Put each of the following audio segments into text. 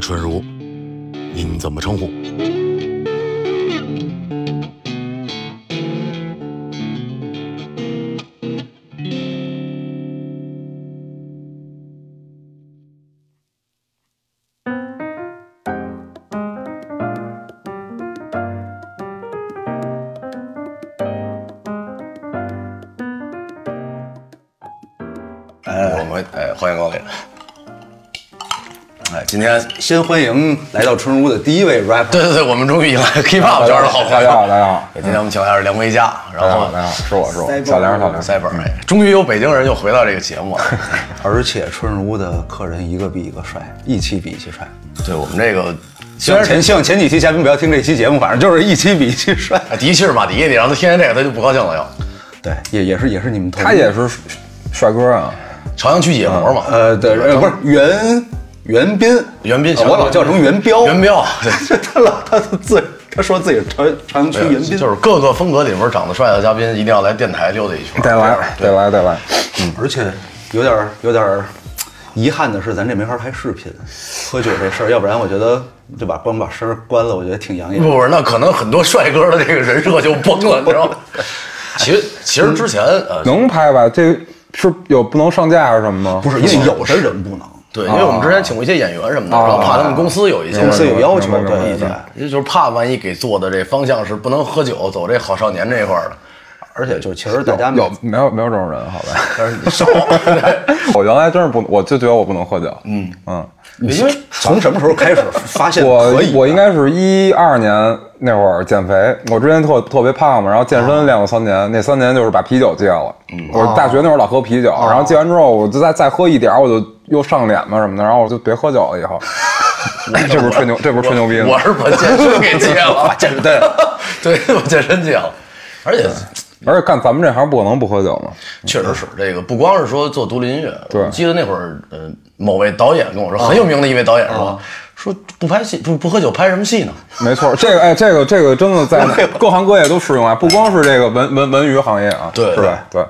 纯如，您怎么称呼？我们哎，欢迎光临。哎，今天先欢迎来到春如的第一位 rapper，对对对，我们终于迎来 K-pop 圈的好嗯朋大家友。好，大家好，今天我们请来是梁维嘉，然大家后好，大家好，是我是塞我，本小梁，小梁，塞本儿，哎终于有北京人又回到这个节目了。而且春如的客人一个比一个帅，一期比一期帅。对我们这个，虽 虽然然前前期期希望前几期嘉宾不要听这期节目，反正就是一期比一期帅。啊的确是马迪，你让他听见这个他就不高兴了又。对，也也是也是你们投，他他也是帅哥啊，朝阳区野模嘛，呃，对，呃不是袁袁斌，袁斌呃我老叫成袁彪，元，彪，对， 他老他自他说自己是朝朝阳区袁斌， 就是各个风格里面长得帅的嘉宾，一定要来电台溜达一圈。再来再来再来，而且有点儿有点儿遗憾的是，咱这没法拍视频，喝酒这事儿，要不然我觉得对吧，光把声儿关了，我觉得挺养眼。不不，那可能很多帅哥的这个人设就崩了，你知道吗？ 其实其实之前呃，能拍吧？这是有不能上架还是什么吗？不是，因为有的人不能，对，因为我们之前请过一些演员什么的，然后怕他们公司有一些公司有要求，明白明白对明白对。就是怕万一给做的这方向是不能喝酒，走这好少年这一块儿的，而且就其实大家有没有没有这种人？好吧， 但是少，我原来真是不，我就觉得我不能喝酒。嗯嗯，因为从什么时候开始发现我可以？我应该是一二年那会儿减肥，我之前特特别胖嘛，然后健身练过三年，那三年就是把啤酒戒了。我大学那会儿老喝啤酒，然后戒完之后，我就再再喝一点儿，我就又上脸嘛什么的，然后我就别喝酒了以后。这不是吹牛，这不是吹牛逼吗？我是把健身给戒了，健身对， 对我健身戒了，而且而且干咱们这行不可能不喝酒嘛。确实是这个，不光是说做独立音乐，对我记得那会儿，呃，某位导演跟我说，很有名的一位导演说，说不拍戏不不喝酒拍什么戏呢？ 没错，这个哎，这个这个真的在各行各业都适用啊，不光是这个文文文娱行业啊，对是吧？对，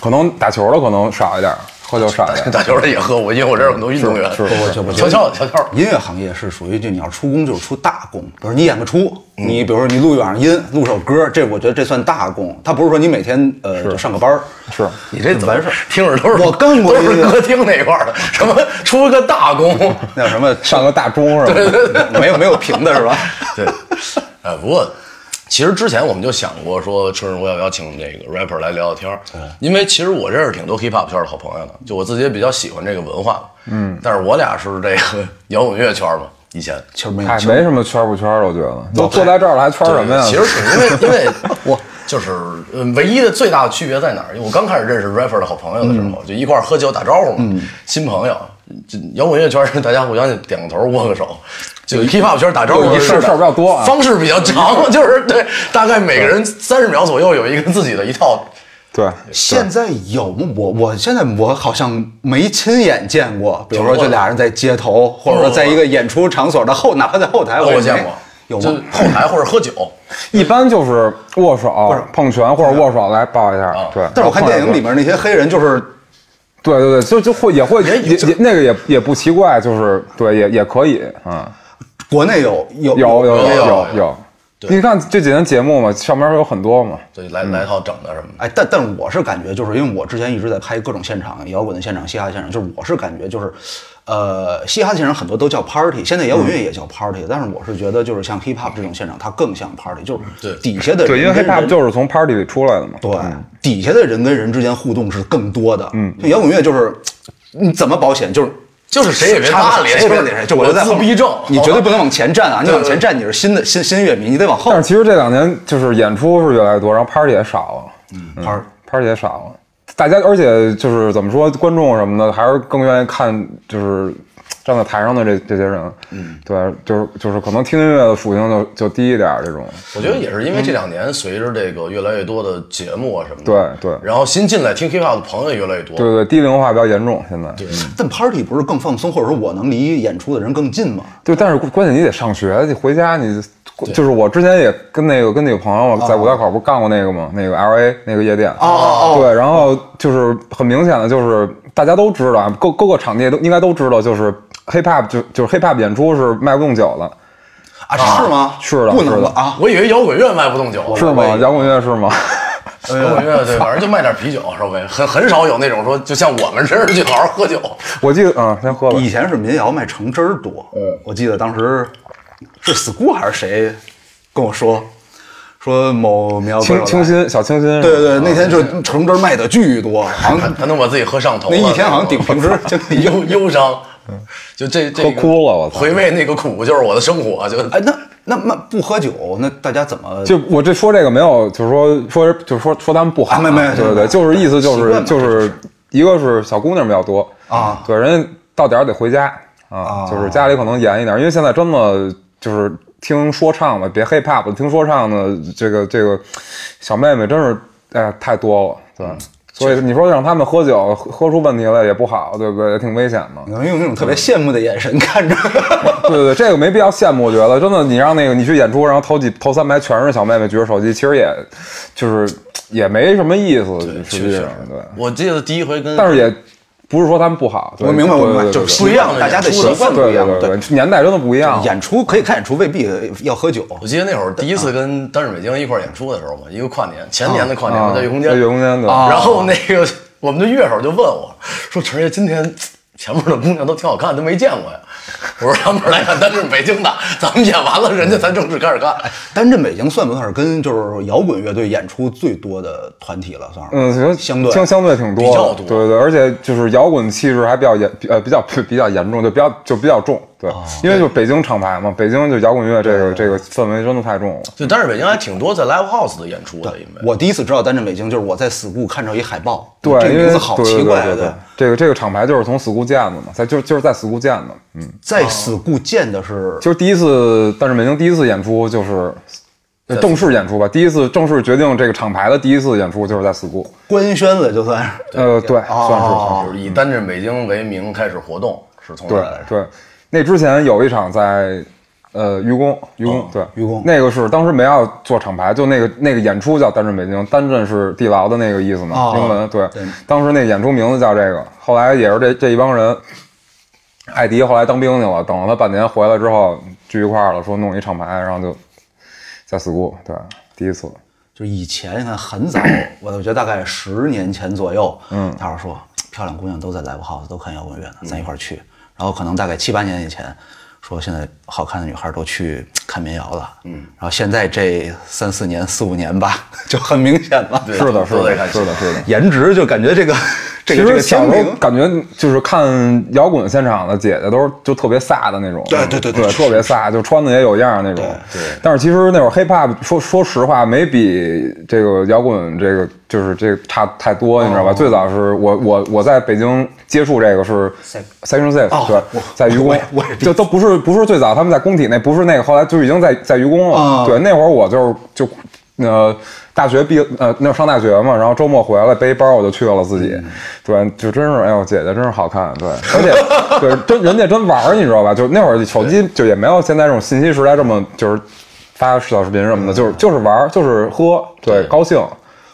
可能打球的可能少一点，喝酒少一点。打球的也喝过，因为我这儿有很多运动员，是是是是小跳小跳，音乐行业是属于就你要出工就是出大工，比如你演个出，你比如说你录一晚上音，录首歌，这我觉得这算大工。他不是说你每天呃就上个班儿，是你这怎么事？听着都是我干过都一是个歌厅那块儿的，什么出个大功，那叫什么上个大中是吧？没有没有平的是吧？对，哎，不过其实之前我们就想过说，春日我要邀请这个 rapper 来聊聊天儿，因为其实我认识挺多 hip hop 圈的好朋友的，就我自己也比较喜欢这个文化，嗯，但是我俩是这个 摇滚乐圈嘛，以前。其实没有哎，，没什么圈不圈的，我觉得都坐在这儿了还圈什么呀？其实是因为因为我就是呃唯一的最大的区别在哪儿？因为我刚开始认识 rapper 的好朋友的时候，嗯就一块儿喝酒打招呼嘛，新朋友。这摇滚乐圈儿大家互相点个头握个手，就 hip hop 圈儿打招呼对仪式事儿事儿比较多啊方式比较长，就是对，大概每个人三十秒左右有一个自己的一套。对，现在有吗？我我现在我好像没亲眼见过，比如说就俩人在街头，或者说在一个演出场所的后，哪怕在后台也我没见过，有就吗？后台或者喝酒，一般就是握手、碰拳或者握手来抱一下。对，啊但是我看电影里面那些黑人就是对对对，就就会也会也也有也那个也也不奇怪，就是对也也可以，嗯。国内有有有有有有有有。你看这几年节目嘛，上面有很多嘛，对，来来一套整的什么的。哎，但但我是感觉，就是因为我之前一直在拍各种现场，摇滚的现场、嘻哈现场，就是我是感觉就是，呃，嘻哈现场很多都叫 party，现在摇嗯滚乐也叫 party，、但是我是觉得就是像 hip hop 这种现场，它更像 party，就是对底下的对，因人为跟 hiphop 人就是嗯从 party 里出来的嘛。对、底下的人跟人之间互动是更多的，嗯，摇滚乐就是你怎么保险就是。就是谁也别搭理谁也别理谁，就我就在后自面闭症你好吧绝对不能往前站啊！你 对往前站，你是新的新新乐迷，你得往后但是其实这两年就是演出是越来越多，然后 party 也少了拍。 ，party 也少了，大家而且就是怎么说，观众什么的还是更愿意看就是站在台上的这这些人，嗯，对，就是就是可能听音乐的属性就就低一点儿这种，我觉得也是因为这两年随着这个越来越多的节目啊什么的对，嗯对然后新进来听 hiphop 的朋友也越来越多，对对，低龄化比较严重现在。但 party 不是更放松，或者说我能离演出的人更近吗？对，但是关键你得上学，你回家你就是我之前也跟那个跟那个朋友在五道口不是干过那个吗？那个 L A 那个夜店哦哦哦对，然后就是很明显的就是大家都知道啊，各各个场地都应该都知道，就是 hip hop 就就是 hip hop 演出是卖不动酒的，啊，是吗？是的不能是的吧啊，我以为摇滚乐卖不动酒，是吗？摇滚乐是吗？ 摇滚乐对，反正就卖点啤酒，稍微很很少有那种说，就像我们这儿去好好喝酒。我记得，嗯，先喝吧。以前是民谣卖橙汁儿多，嗯，我记得当时是 school 还是谁跟我说，说某民谣歌手清来清新，啊小清新。对对，对，那天就橙汁儿卖的巨多，好像他能把自己喝上头那了，一天好像顶平时就一忧忧伤，就这这喝哭了我操回味那个苦就是我的生活，就哎，那那那不喝酒，那大家怎么就我这说这个没有，就是说说就是说说他们不好啊，啊没没对对没对，没就是意思就习惯是嘛就是一个是小姑娘比较多啊对，人家到点儿得回家啊，就是家里可能严一点，因为现在真的就是听说唱吧，别 hip hop，了听说唱的这个这个小妹妹真是哎呀太多了，对，所以你说让他们喝酒喝喝出问题来也不好，对不对？也挺危险的。能用那种特嗯别羡慕的眼神看着？ 对对，对，这个没必要羡慕，我觉得真的，你让那个你去演出，然后头几头三排全是小妹妹举着手机，其实也就是也没什么意思，实际上对， 我记得第一回跟但是也不是说他们不好，对我明白，我明白，对对对就是不一样的大家的演出的习惯不对一样，对对对，年代真的不一样，演出可以看演出，未必呃要喝酒。我记得那会儿第一次跟单水北京一块儿演出的时候嘛，一个跨年，前年的跨年我在月空间，在月空啊间对啊然后那个我们的乐手就问我说：“陈爷，今天前面的姑娘都挺好看，都没见过呀。”我说：“他们是来看单水北京的，咱们演完了，人家才正式开始看。单镇北京算不算是跟就是摇滚乐队演出最多的团体了？算是嗯，行，相对相相对挺多的，比较多对对对，而且就是摇滚气质还比较严，呃，比较比较严重，就比较就比较重，对，哦因为就北京厂牌嘛，北京就摇滚乐这个这个氛围真的太重了。”对，单水北京还挺多在 live house 的演出的，因为我第一次知道单镇北京，就是我在 school 看着一海报，对，这因为名字好奇怪啊，对对对对，这个这个厂牌就是从 school 建的嘛，在就就是在 school 建的，嗯，在 school 见的是就是第一次，但是北京第一次演出就是呃正式演出吧，第一次正式决定这个厂牌的第一次演出就是在 school，官宣了，就算是呃，对，哦算是算是，就是以单镇北京为名开始活动，是从那对儿来的。对，那之前有一场在。呃，愚公，愚公，对，愚公那个是当时没要做厂牌，就那个那个演出叫单镇北京，单镇是地牢的那个意思嘛，哦英文对。当时那个演出名字叫这个，后来也是这这一帮人，艾迪后来当兵去了，等了他半年回来之后聚一块儿了，说弄一厂牌，然后就在 school，对，第一次，就是以前你看很早，我我觉得大概十年前左右，嗯，他说说漂亮姑娘都在 live house 都看摇滚乐呢，咱一块儿去。然后可能大概七八年以前，说现在好看的女孩都去看民谣了，嗯，然后现在这三四年四五年吧，就很明显了， 对是的，是都在的，看是的，是的。颜值就感觉这个这其个这实个小天时候平。感觉就是看摇滚现场的姐姐都是就特别飒的那种，对对对对对，特别飒，就穿的也有样儿那种。对对。但是其实那会儿 hip hop 说说实话没比这个摇滚这个就是这个差太多，你知道哦吧？最早是我我我在北京接触这个是 Section Six，哦对我，在愚我公也我也，就都不是不是最早他们在工体那不是那个，后来就已经在在愚公了。啊对，那会儿我就是就呃大学毕呃那会儿上大学嘛，然后周末回来背包我就去了自己，对，就真是哎呦姐姐真是好看，对，而且 对真人家真玩儿，你知道吧？就那会儿手机就也没有现在这种信息时代这么就是发小视频什么的，就是就是玩儿就是喝，对，高兴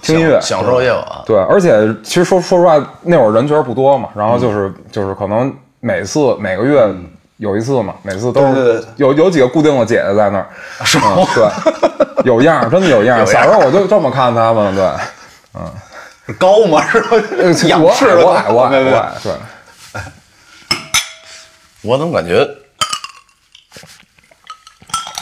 听音乐享享受夜晚。对，而且其实说说实话，那会儿人确实不多嘛，然后就是、就是可能每次每个月有一次嘛，每次都是对对对有有几个固定的姐姐在那儿，是吗、对，有样儿，真的有样儿。小时候我就这么看他们，对，是高吗？是吧？仰我视矮了都，呃我矮我没矮没我没矮，对，我怎么感觉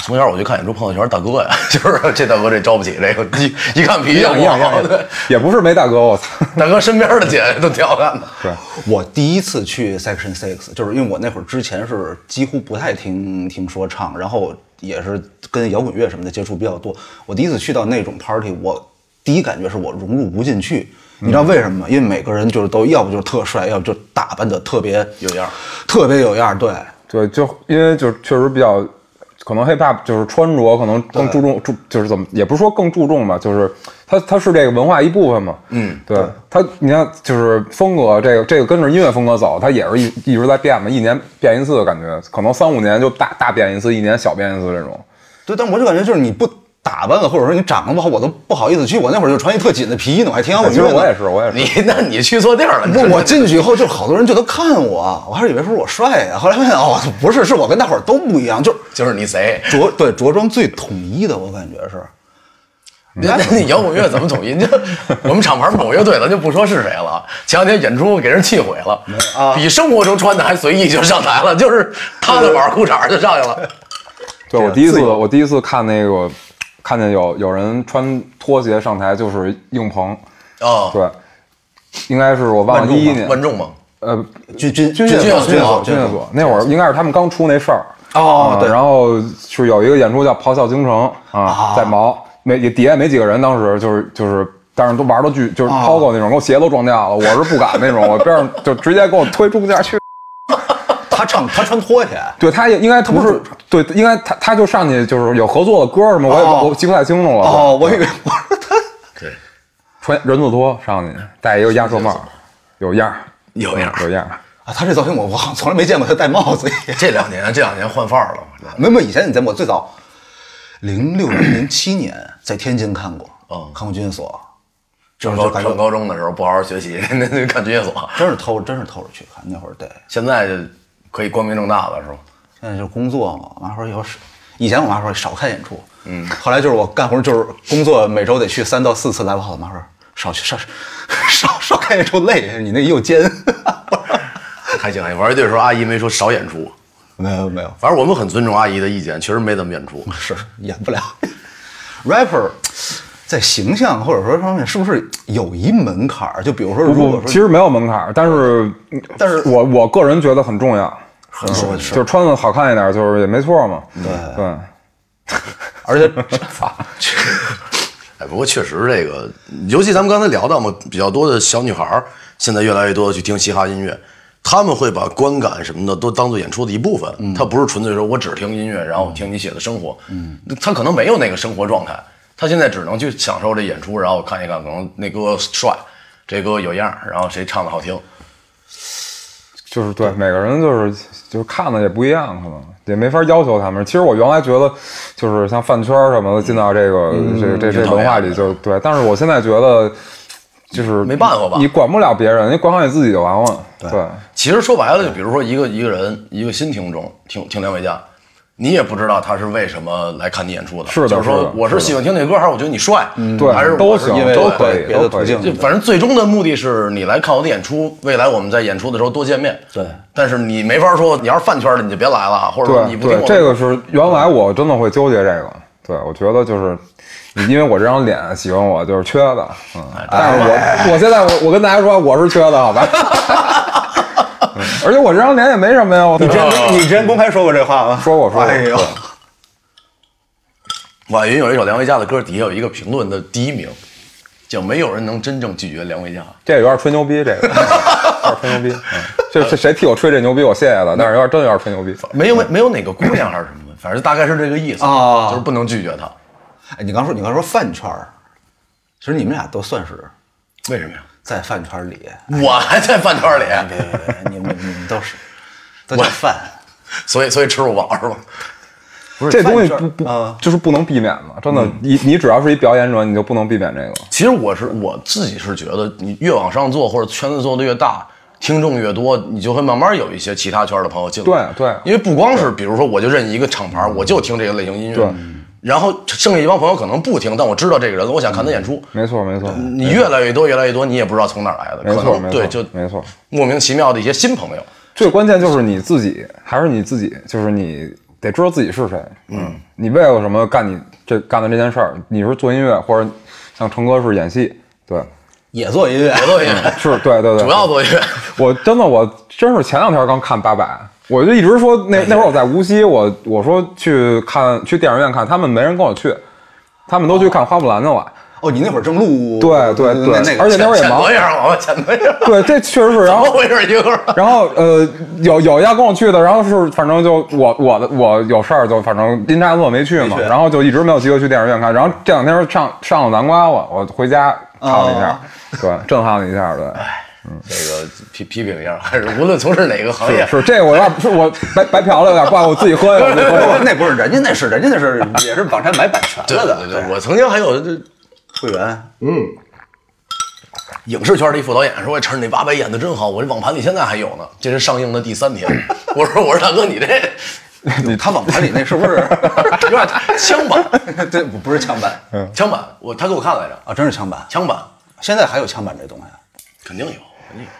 从小我就看演出，朋友圈大哥呀， 就是这大哥这招不起这个，一一看脾气就不好。对也不是没大哥，我操，大哥身边的姐姐都挺好看的。对，我第一次去 Section Six，就是因为我那会儿之前是几乎不太听听说唱，然后也是跟摇滚乐什么的接触比较多。我第一次去到那种 party，我第一感觉是我融入不进去，你嗯知道为什么吗？因为每个人就是都要不就是特帅，要不就打扮的特别有样儿，特别有样儿。对，对，就因为就是确实比较，可能 hip hop 就是穿着可能更注重注，就是怎么也不是说更注重吧，就是它它是这个文化一部分嘛。嗯，对，它你看就是风格这个这个跟着音乐风格走，它也是一一直在变嘛，一年变一次的感觉，可能三五年就大大变一次，一年小变一次这种。对，但我就感觉就是你不打扮了，或者说你长得不好，我都不好意思去。我那会儿就穿一特紧的皮衣呢，我还听摇哎滚其乐实呢。我也是，我也是。 你那你去错地儿了，你不这是我进去以后，就好多人就都看我，我还是以为说我帅呀、后来发现哦，不是，是我跟大伙儿都不一样，就是就是你贼。着对着装最统一的，我感觉是。嗯那你摇滚乐怎么统一？就我们厂牌某乐队，咱就不说是谁了。前两天演出给人气毁了，啊比生活中穿的还随意就上台了，就是塌了板儿裤衩儿就上去了。对我第一次，我第一次看那个，看见有有人穿拖鞋上台，就是硬鹏，哦，对，应该是我忘了一一年，万众吗？呃，军军军训训所，军训所所，军训所，那会儿应该是他们刚出那事儿。哦啊对然后是有一个演出叫《咆哮京城》啊，在毛没也底下也没几个人，当时就是就是，但是都玩的巨哦就是抛狗那种，给我鞋都撞掉了，我是不敢那种，我边上就直接给我推中间去。他唱他穿拖鞋，对，他也应该不是对，应该他他就上去就是有合作的歌什么，我也哦我记不太清楚了。哦，我以为 我说他穿人字拖上去，戴一个鸭舌帽，有样儿有样儿有样儿。啊，他这造型我我好像从来没见过他戴帽子。 这两年这两年换范儿了，我觉得没有没有，以前你在我最早零六年零七年在天津看过，嗯看过军训所，上是高就感觉上高中的时候不好好学习，那那感觉所。真是偷真是偷着去看。那会儿对，现在就可以光明正大了，是吗？现在就是工作嘛，我妈说有时以前我妈说少看演出，嗯，后来就是我干活就是工作，每周得去三到四次来往，我妈说少去少少少看演出累，你那又尖。 还行还行。玩乐队的时候，阿姨没说少演出，没有没有，反正我们很尊重阿姨的意见，确实没怎么演出。是演不了。rapper 在形象或者说方面是不是有一门槛儿？就比如说，不如果不，说其实没有门槛儿，但是但是我我个人觉得很重要，嗯很说就实是穿的好看一点，就是也没错嘛。对对，而 且哎，不过确实这个，尤其咱们刚才聊到嘛，比较多的小女孩儿现在越来越多的去听嘻哈音乐，她们会把观感什么的都当做演出的一部分，她不是纯粹说我只听音乐，然后我听你写的生活，嗯，她可能没有那个生活状态，她现在只能去享受这演出，然后看一看，可能那歌帅，这歌有样儿，然后谁唱的好听，就是对每个人就是就是看的也不一样，可能也没法要求他们。其实我原来觉得就是像饭圈什么的进到这个这个这挺嗯这讨厌文化里就对，但是我现在觉得就是没办法吧嗯你管不了别人，你管好你自己就完了。对，其实说白了，就比如说一个一个人，一个新听众听听梁伟嘉，你也不知道他是为什么来看你演出的。是的就是是说的我是喜欢听那歌，还是我觉得你帅，对还是都我是行因为都对可以别的都途可以径就反正最终的目的是你来看我的演出，未来我们在演出的时候多见面。对，但是你没法说，你要是饭圈的你就别来了，或者说你对不听对我，这个是原来我真的会纠结这个。对，我觉得就是，因为我这张脸喜欢我就是缺的，嗯，啊但是我我现在我我跟大家说我是缺的，好吧？嗯而且我这张脸也没什么呀，我你之前你之前公开说过这话吗？说过说过哎呦，网易云有一首梁维嘉的歌，底下有一个评论的第一名，叫没有人能真正拒绝梁维嘉。这有点吹牛逼，这个有点吹牛逼。嗯这这谁替我吹这牛逼，我谢谢他，但是有点真有点吹牛逼。没有没有哪个姑娘还是什么的，反正大概是这个意思啊就是不能拒绝他。哎，你刚说你刚说饭圈儿，其实你们俩都算是为什么呀？在饭圈儿里， 我还在饭圈里，别别别，你们你们都是都叫饭，所以所以吃不饱是吧？不是这东西饭圈不儿不啊就是不能避免嘛，真嗯的，你你只要是一表演者，你就不能避免这个。其实我是我自己是觉得，你越往上做或者圈子做的越大，听众越多，你就会慢慢有一些其他圈的朋友进对来。对嗯因为不光是比如说我就认一个厂牌，我就听这个类型音乐，对然后剩下一帮朋友可能不听，但我知道这个人了，我想看他演出。没错没错，你越来越多，越来越多，你也不知道从哪儿来的，嗯没可错能没对错就没错。莫名其妙的一些新朋友。最关键就是你自己，还是你自己，就是你得知道自己是谁。嗯，你为了什么干你这干的这件事儿？你是做音乐，或者像成哥是演戏，对，也做音乐，我做音乐，是对对对，主要做音乐，我真的我真是前两天刚看八佰，我就一直说那那会儿我在无锡，我我说去看去电影院看，他们没人跟我去，他们都去看花木兰去了。哦，你那会儿正录对对那对那个而且那会儿也浅忙多样嘛，我浅多 样，对，这确实是。怎然么后回事一会儿？然后呃，有有一家跟我去的，然后是反正就我我的我有事儿就反正阴差阳错没去嘛，然后就一直没有机会去电影院看。然后哦 哎这两天上上了南瓜了，我回家看了一下，对，震撼了一下，对。这个批批评一下，还是无论从事哪个行业，是这我有点，是我白白嫖了有点挂，我自己喝呀。不是那不是人家那是人家那是也是网站买版权对了对的，对，我曾经还有这会员影视圈的一副导演说：“陈，你八百演的真好，我这网盘里现在还有呢。”这是上映的第 三天，我说：“我说大哥，你这他网盘里那是不是？ 有点枪版，对，不不是枪版嗯枪版。”我他给我看来着，啊，真是枪版，枪版现在还有枪版这东西。啊肯定有，肯定有。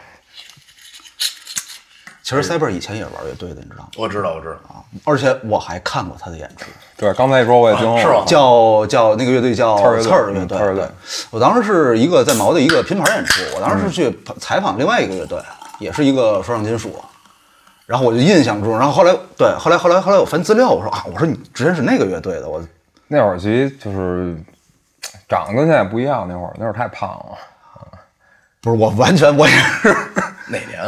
其实 Cyber 以前也是玩乐队的，你知道吗？我知道，我知道，而且我还看过他的演出，对，刚才一说我也惊是了吗。叫叫那个乐队叫刺儿刺儿乐队。乐队嗯刺儿乐队对，我当时是一个在毛的一个拼盘演出，我当时是去嗯采访另外一个乐队，啊也是一个说唱金属。然后我就印象中，然后后来对，后来后来后来我翻资料，我说啊，我说你之前是那个乐队的，我那会儿其实就是长得跟现在不一样，那会儿那会儿太胖了，不是我完全我也是， 哪年？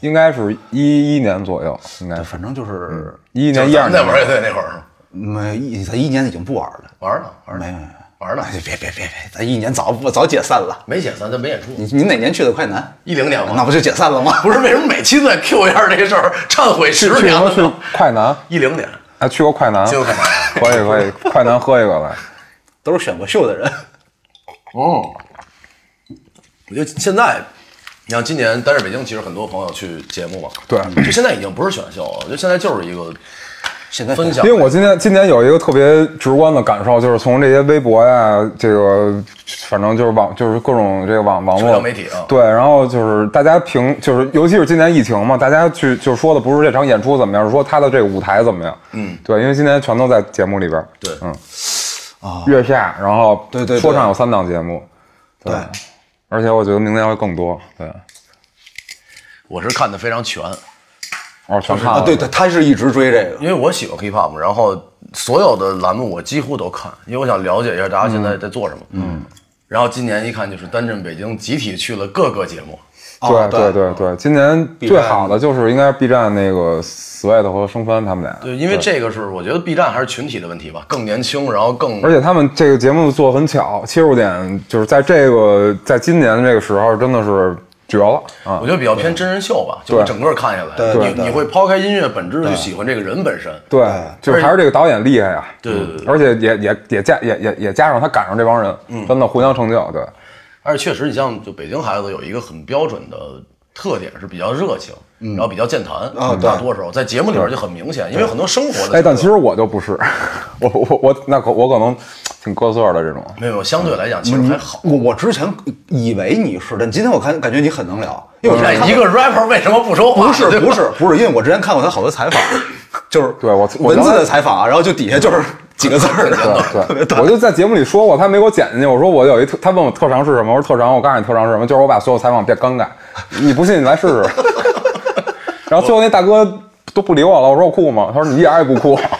应该是一一年左右，应该对，是反正就是一一年一二那年会。儿对那会儿没一咱一年已经不玩了，玩呢，玩呢，没没没，玩呢，别别别别，咱一年早早解散了。没解散，咱没演出。嗯你你哪年去的快男？一零年吗？那不就解散了吗？不是为什么每期都在 Q 一下这事儿，忏悔十去去年什么了去呢？快男？一零年，啊，去过快男？去过快 可以可以，快男喝一个来。都是选过秀的人。哦，我觉得现在，你像今年单是北京，其实很多朋友去节目嘛，对就现在已经不是选秀了，我觉得现在就是一个现在分享因为我今天今年有一个特别直观的感受，就是从这些微博呀，这个反正就是网，就是各种这个网网社交络媒体啊对，然后就是大家评，就是尤其是今年疫情嘛，大家去就说的不是这场演出怎么样，是说他的这个舞台怎么样。嗯，对，因为今年全都在节目里边。对啊嗯，月下，然后对对对说唱有三档节目，对，而且我觉得明年会更多。对，我是看的非常全，哦，全看啊，了。对对，他是一直追这个。因为我喜欢 K-pop，然后所有的栏目我几乎都看，因为我想了解一下大家现在在做什么。嗯。然后今年一看就是单镇北京集体去了各个节目，哦对对嗯对对，今年最好的就是应该是 B 站那个 Sweat 和生番他们俩，对，因为这个是我觉得 B 站还是群体的问题吧，更年轻，然后更而且他们这个节目做得很巧，切入点就是在这个在今年这个时候真的是绝了啊我！觉得比较偏真人秀吧，就是整个看下来，对对你你会抛开音乐本质去喜欢这个人本身。对，就是还是这个导演厉害呀、嗯对对对嗯而且也也也加也也也加上他赶上这帮人，嗯真的互相成就。对，而且确实，你像就北京孩子有一个很标准的特点是比较热情，然后比较健谈啊对大多时候在节目里边就很明显，因为很多生活的。哎，但其实我就不是， 我我我那可我可能挺各色的这种。没有没有，相对来讲其实还好。我我之前以为你是的，今天我看感觉你很能聊，因为我之哎嗯前看，一个 rapper 为什么不说话？不是对吧不是不是，因为我之前看过他好多 采访，就是对我我文字的采访啊，然后就底下就是几个字儿， 特别 对，短我就在节目里说过，他没给我剪进去。我说我有一特，他问我特长是什么，我说特长，我告诉你特长是什么，就是我把所有采访变尴尬。你不信你来试 试。然后最后那大哥都不理我了，我说我酷吗？他说你一点儿也不酷。哎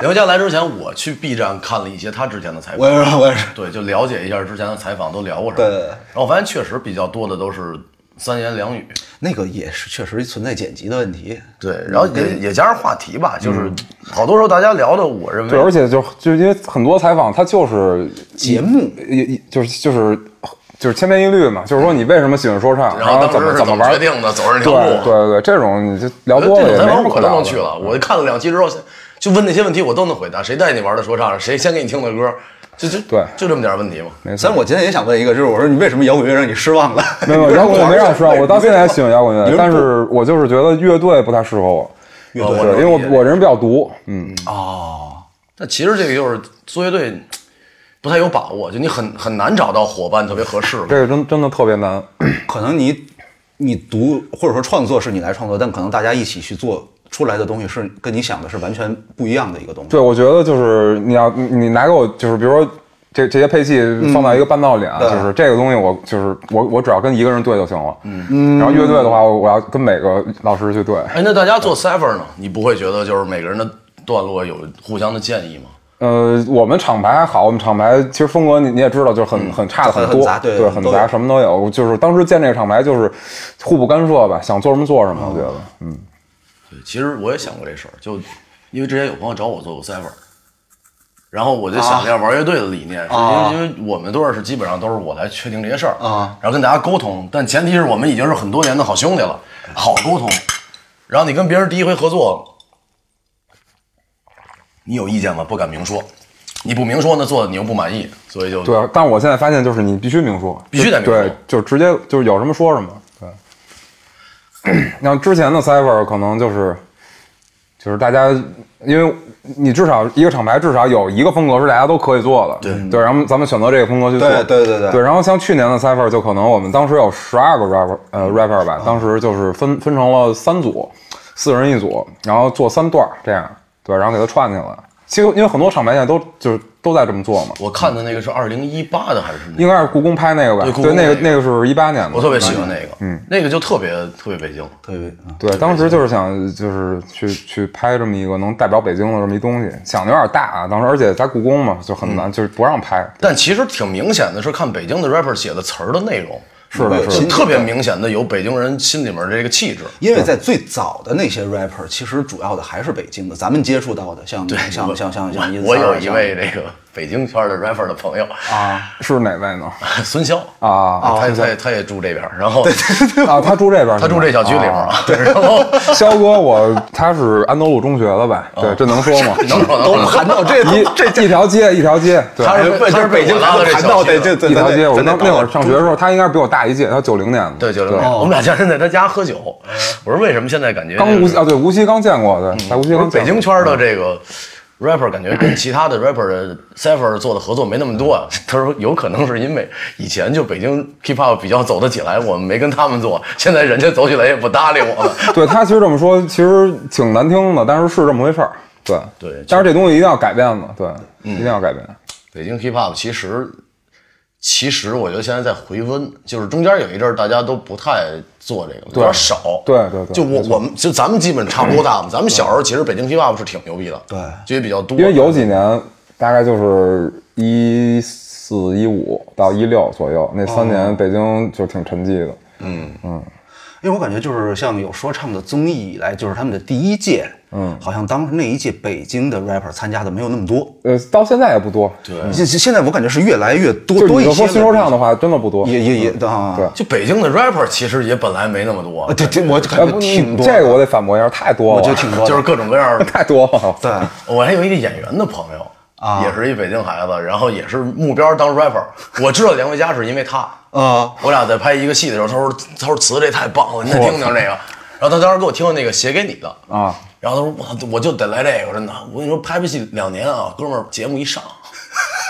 聊家来之前，我去 B 站看了一些他之前的采我访，也是我也是，对，就了解一下之前的采访都聊过什么。对对对然后我发现确实比较多的都是三言两语，那个也是确实存在剪辑的问题，对，然嗯后也也加上话题吧，就是好多时候大家聊的，我认为 对，而且嗯就就因为很多采访，他就是节目也也就是就是就是千篇一律嘛，就是说你为什么喜欢说唱，然后当怎么时是怎么么玩决。定的，走上这对条对路。对，这种你就聊我觉得多了嗯这也种采没访什么我可都聊能的。去了，我看了两期之后，就问那些问题我都能回答，谁带你玩的说唱，谁先给你听的歌，就就对就这么点问题嘛。没虽错然，我今天也想问一个，就是我说你为什么摇滚乐让你 失望了？ 没有摇滚乐没让失望，我到现在还喜欢摇滚你乐，们但是我就是觉得乐队不太适合我，乐我对，能因为理解我我人比较独，嗯，哦但其实这个就是作乐队不太有把握，就你很很难找到伙伴特别合适嘛。这个真真的特别难，可能你你读或者说创作是你来创作，但可能大家一起去做出来的东西是跟你想的是完全不一样的一个东西。对，我觉得就是你要你拿给我，就是比如说这这些配器放到一个半道里啊，对就是这个东西我就是我我只要跟一个人对就行了，嗯，然后乐队的话，我我要跟每个老师去对，哎，那大家做 cipher 呢？你不会觉得就是每个人的段落有互相的建议吗？呃，我们厂牌还好，我们厂牌其实风格你你也知道，就是很很差的很多，很杂对对，很很多杂，什么都有。就是当时建这个厂牌就是互不干涉吧，想做什么做什么，我觉得，嗯，对，其实我也想过这事儿，就因为之前有朋友找我做过 cipher，然后我就想这样玩乐队的理念，是因为因为我们队儿是基本上都是我来确定这些事儿啊，然后跟大家沟通，但前提是我们已经是很多年的好兄弟了，好沟通。然后你跟别人第一回合作，你有意见吗？不敢明说，你不明说呢，做的你又不满意，所以就对，啊但我现在发现就是你必须明说，必须得明说对，就直接就是有什么说什么。对，像之前的 Cypher 可能就是就是大家，因为你至少一个厂牌至少有一个风格是大家都可以做的，对对，然后咱们选择这个风格去做，对对对对对。然后像去年的 Cypher 就可能我们当时有十二个 rapper 呃 rapper 吧，当时就是分分成了三组，四人一组，然后做三段儿这样，对，然后给它串起来。其实因为很多厂牌现在都就是都在这么做嘛，我看的那个是二零一八的还是什么？应该是故宫拍那个吧？对故对，宫那个那那个是一八年的，我特别喜欢那个，嗯，那个就特别特别北京，特别啊，对，当时就是想就是去去拍这么一个能代表北京的这么一东西，想的有点大啊。当时而且在故宫嘛，就很嗯难，就是不让拍。但其实挺明显的是看北京的 rapper 写的词儿的内容，是的，是就的，特别明显的有北京人心里面这个气质。因为在最早的那些 rapper，其实主要的还是北京的，咱们接触到的，像像像像像我尹我三有儿一位这个北京圈的 rapper 的朋友，啊，是哪位呢？孙潇，啊他他他也住这边儿，然后啊，他住这边儿他是吗，住这小区里边儿啊。啊，对，然后肖哥，我他是安德路中学的吧？对，这能说吗？哦 能说都能说，盘到这一一条街一条街，对，他是 被他是被我拉到这盘小到区的得这这一条街。我咱得那那会儿上学的时候，他应该是比我大一届，他九零年的，对，九零年，我们俩现在在他家喝酒。我说为什么现在感觉刚无就是锡啊，对，无锡刚见过，对，在无锡刚见过北京圈嗯的这个 rapper 感觉跟其他的 rapper 的 cipher 做的合作没那么多啊。 他说有可能是因为以前就北京 hip hop 比较走得起来，我们没跟他们做，现在人家走起来也不搭理我们。 对他其实这么说，其实挺难听的，但是是这么回事儿。对对就是但是这东西一定要改变嘛，对，嗯一定要改变。北京 hip hop 其实，其实我觉得现在在回温，就是中间有一阵儿大家都不太做这个，有点少。对对对就我我们就咱们基本差不多大嘛。咱们小时候其实北京 hip hop 是挺牛逼的，对就也比较多。因为有几年，大概就是一四一五到一六左右那三年，北京就挺沉寂的。因为我感觉就是像有说唱的综艺以来，就是他们的第一届，嗯，好像当时那一届北京的 rapper 参加的没有那么多，呃，到现在也不多。对，现现在我感觉是越来越多就多你一就些说了。新说唱的话，真的不多。也也也啊，对就北京的 rapper 其实也本来没那么多啊，，对对，我就哎感觉不挺多的，这个我得反驳一下，太多我了，觉得挺多的，就是各种各样的 太多 了。对，我还有一个演员的朋友啊也是一北京孩子，然后也是目标当 rapper。我知道梁维嘉是因为他，啊，我俩在拍一个戏的时候，他说他说词这太棒了，你得听听这个。然后他当时给我听那个写给你的啊，然后他说我我就得来这个，真的。我跟你说，拍拍戏两年啊，哥们儿，节目一上。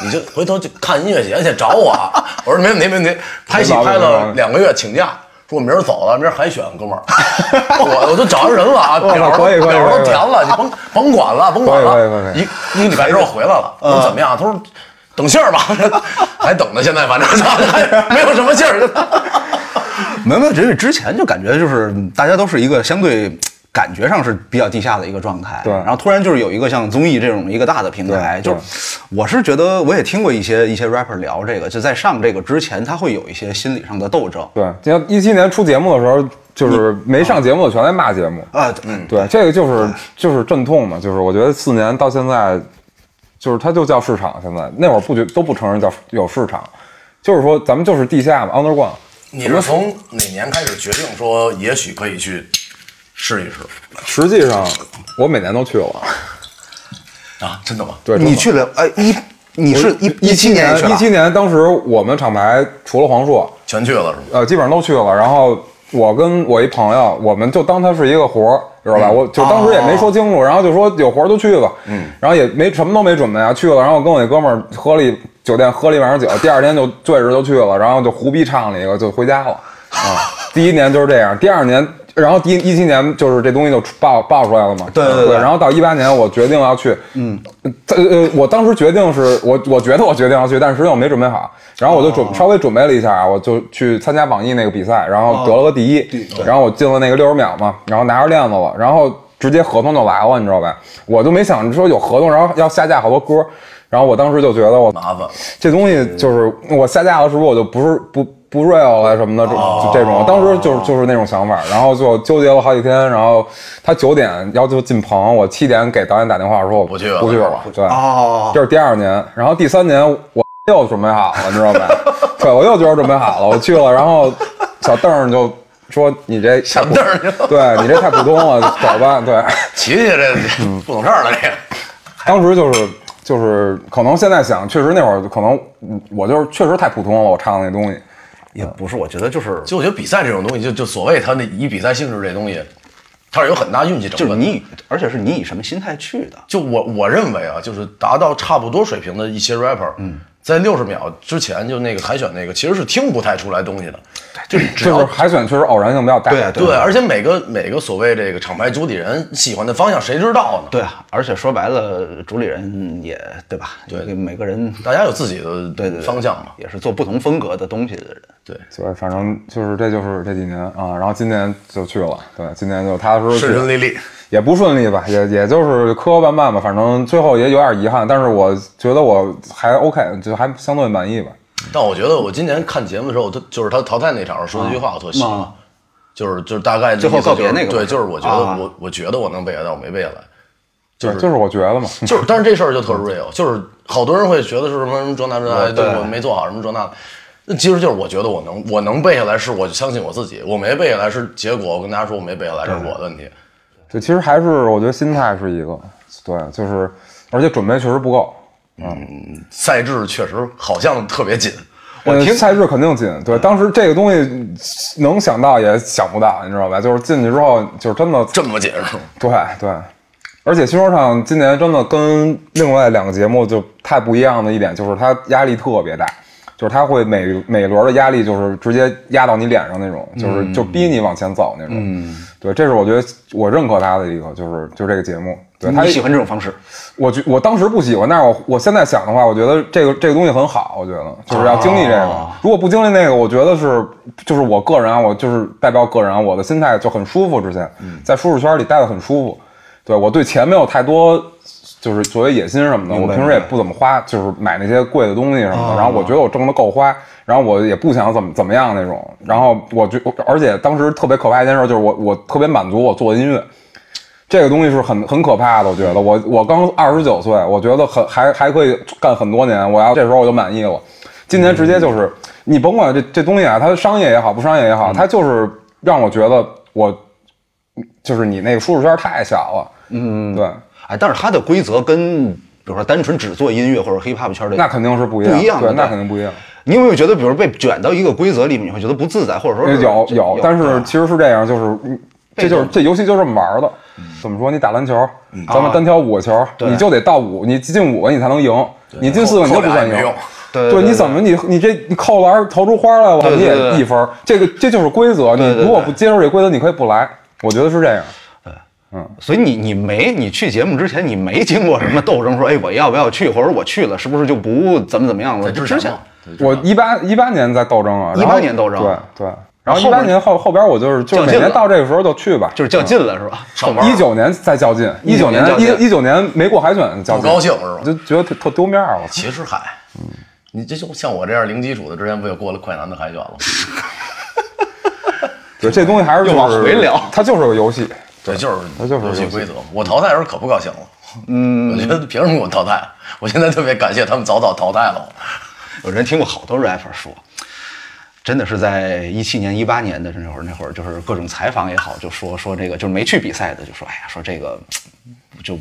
你就回头就看音乐节去找我啊！我说没问题，没问题。拍戏没毛病拍没毛了病两个月，请假，说我明儿走了，明儿海选，哥们儿，我我都找着人了啊，表哇儿可以可以表儿可都以填了，你甭甭管了，甭管可以可以了。可以一一嗯个礼拜之后回来了，我说怎么样？他说等信儿吧， 还等呢，现在反正还没有什么信儿。 没没，只是之前就感觉就是嗯大家都是一个相对。感觉上是比较地下的一个状态，对然后突然就是有一个像综艺这种一个大的平台，对就是我是觉得我也听过一些一些 rapper 聊这个，就在上这个之前，他会有一些心理上的斗争，对，就像一七年出节目的时候，就是没上节目的全在骂节目。啊，嗯，对，这个就是就是阵痛嘛，就是我觉得四年到现在，就是它就叫市场。现在那会儿不觉都不承认叫有市场，就是说咱们就是地下嘛，underground。你是从哪年开始决定说也许可以去试一试实际上我每年都去了，啊？真的吗？对，你去了，哎，一你是一一七年去一了七年当时我们厂牌除了黄硕，全去了是吗？呃，基本上都去了。然后我跟我一朋友，我们就当它是一个活儿，知道吧？嗯我就当时也哦没说清楚，然后就说有活儿就去吧。嗯，然后也没什么都没准备啊，去了。然后我跟我那哥们儿喝了一酒店喝了一晚上酒，第二天就醉着就去了，然后就胡逼唱了一个就回家了。啊，第一年就是这样，第二年。然后第一一七年就是这东西就出爆爆出来了嘛，对对对然后到一八年我决定要去，嗯，呃呃，我当时决定是我我觉得我决定要去，但实际上我没准备好，然后我就准、稍微准备了一下啊，我就去参加网易那个比赛，然后得了个哦第一，然后我进了那个六十秒嘛，然后拿着链子了，然后直接合同就来了，你知道吧？我都没想说有合同，然后要下架好多歌，然后我当时就觉得我麻烦了。这东西就是我下架了，是不是我就不是不不不 real 啊什么的，这就这种，当时就是就是那种想法，然后就纠结了好几天，然后他九点要求进棚，我七点给导演打电话说我不去了不去了，对，哦，这是第二年，然后第三年我又准备好了，你知道 吧？对，我又觉得准备好了，我去了，然后小邓儿就说你这小小邓儿 就对你这太普通了，走吧，对。 琪琪这不懂事儿了，这个当时就是就是，可能现在想，确实那会儿可能嗯我就是确实太普通了，我唱的那东西。也不是，我觉得就是就我觉得比赛这种东西，就就所谓它那以比赛性质这东西，它是有很大运气成就分是的。你以，而且是你以什么心态去的？就我我认为啊，就是达到差不多水平的一些 rapper，嗯，在六十秒之前就那个海选那个，其实是听不太出来东西的， 就是只就是要。海选确实偶然性比较大。对啊对，而且每个每个所谓这个厂牌主理人喜欢的方向，谁知道呢？对啊，而且说白了，主理人也对吧？对每个人大家有自己的对对对方向嘛。也是做不同风格的东西的人。对，对，反正就是这就是这几年啊，然后今年就去了。对，今年就踏踏实实顺去顺利利，也不顺利吧，也也就是磕磕绊绊吧，反正最后也有点遗憾，但是我觉得我还 OK，就还相对满意吧。但我觉得我今年看节目的时候，他就是他淘汰那场说的一句话，我特喜欢啊，就是就是大概的最后意思就是告别那个对，吧就是我觉啊得我我觉得我能背下来，但我没背下来。对，就是我觉得嘛，就是，但是这事儿就特 real，就是好多人会觉得是什么什么这那这那，嗯对对我没做好什么这那的。那其实就是我觉得我能我能背下来，是我相信我自己；我没背下来是结果，我跟大家说我没背下来是我的问题。对，其实还是我觉得心态是一个，对，就是而且准备确实不够，赛制确实好像特别紧，我听呃赛制肯定紧，对，当时这个东西能想到也想不到，你知道吧？就是进去之后，就是真的，这么紧是吗？对对，而且新说唱今年真的跟另外两个节目就太不一样的一点，就是它压力特别大，就是它会每每轮的压力就是直接压到你脸上那种，就是就逼你往前走那种。对，这是我觉得我认可他的一个，就是就这个节目，对他你喜欢这种方式？我觉我当时不喜欢，但是我我现在想的话，我觉得这个这个东西很好，我觉得就是要经历这个。如果不经历那个，我觉得是就是我个人啊，我就是代表个人啊，我的心态就很舒服。之前在舒适圈里待的很舒服，对我对钱没有太多就是所谓野心什么的，我平时也不怎么花，就是买那些贵的东西什么的。然后我觉得我挣的够花，然后我也不想怎么怎么样那种。然后我觉而且当时特别可怕一件事就是我我特别满足我做音乐。这个东西是很很可怕的，我觉得我我刚二十九岁，我觉得很还还可以干很多年，我要这时候我就满意了。今年直接就是、你甭管这这东西啊，它商业也好，不商业也嗯好，它就是让我觉得我就是你那个舒适圈太小了，嗯，对，哎，但是它的规则跟比如说单纯只做音乐或者 hip hop 圈的那肯定是不一样，不一样的对，那对肯定不一样。你有没有觉得，比如被卷到一个规则里面，你会觉得不自在，或者说是呃有这有，但是对其实是这样，就是嗯这就是这游戏就这么玩的。嗯怎么说？你打篮球，咱啊们单挑五个球，你就得到五，你进五个你才能赢，你进四个你就不算扣扣俩赢也没用。对对对，对你怎么你你这你扣篮投出花来，我对你对对也一分。这个这就是规则，对对你对如果不接受这规则，你可以不来。我觉得是这样。所以你你没你去节目之前，你没经过什么斗争，说哎我要不要去，或者我去了是不是就不怎么怎么样了？在之前之嘛前我一八一八年在斗争啊，然后18年斗争对对。然后后一八边年后后边我就是就是较每劲年了到这个时候就去吧，就是较嗯劲了是吧？上班一九年再较劲，一九19年年较劲一一九年没过海选较不劲，高兴是吧？就觉得特特丢面儿。我操其实嗨，嗯你这就像我这样零基础的，之前不也过了快男的海选了吗？对，这东西还是就又往是回聊它就是个游戏。对，就是那就是游戏游戏规则。我淘汰的时候可不高兴了，嗯，我觉得凭什么给我淘汰？我现在特别感谢他们早早淘汰了我。有人听过好多 rapper 说，真的是在一七年、一八年的那会儿，那会儿就是各种采访也好，就说说这个就是没去比赛的，就说哎呀，说这个就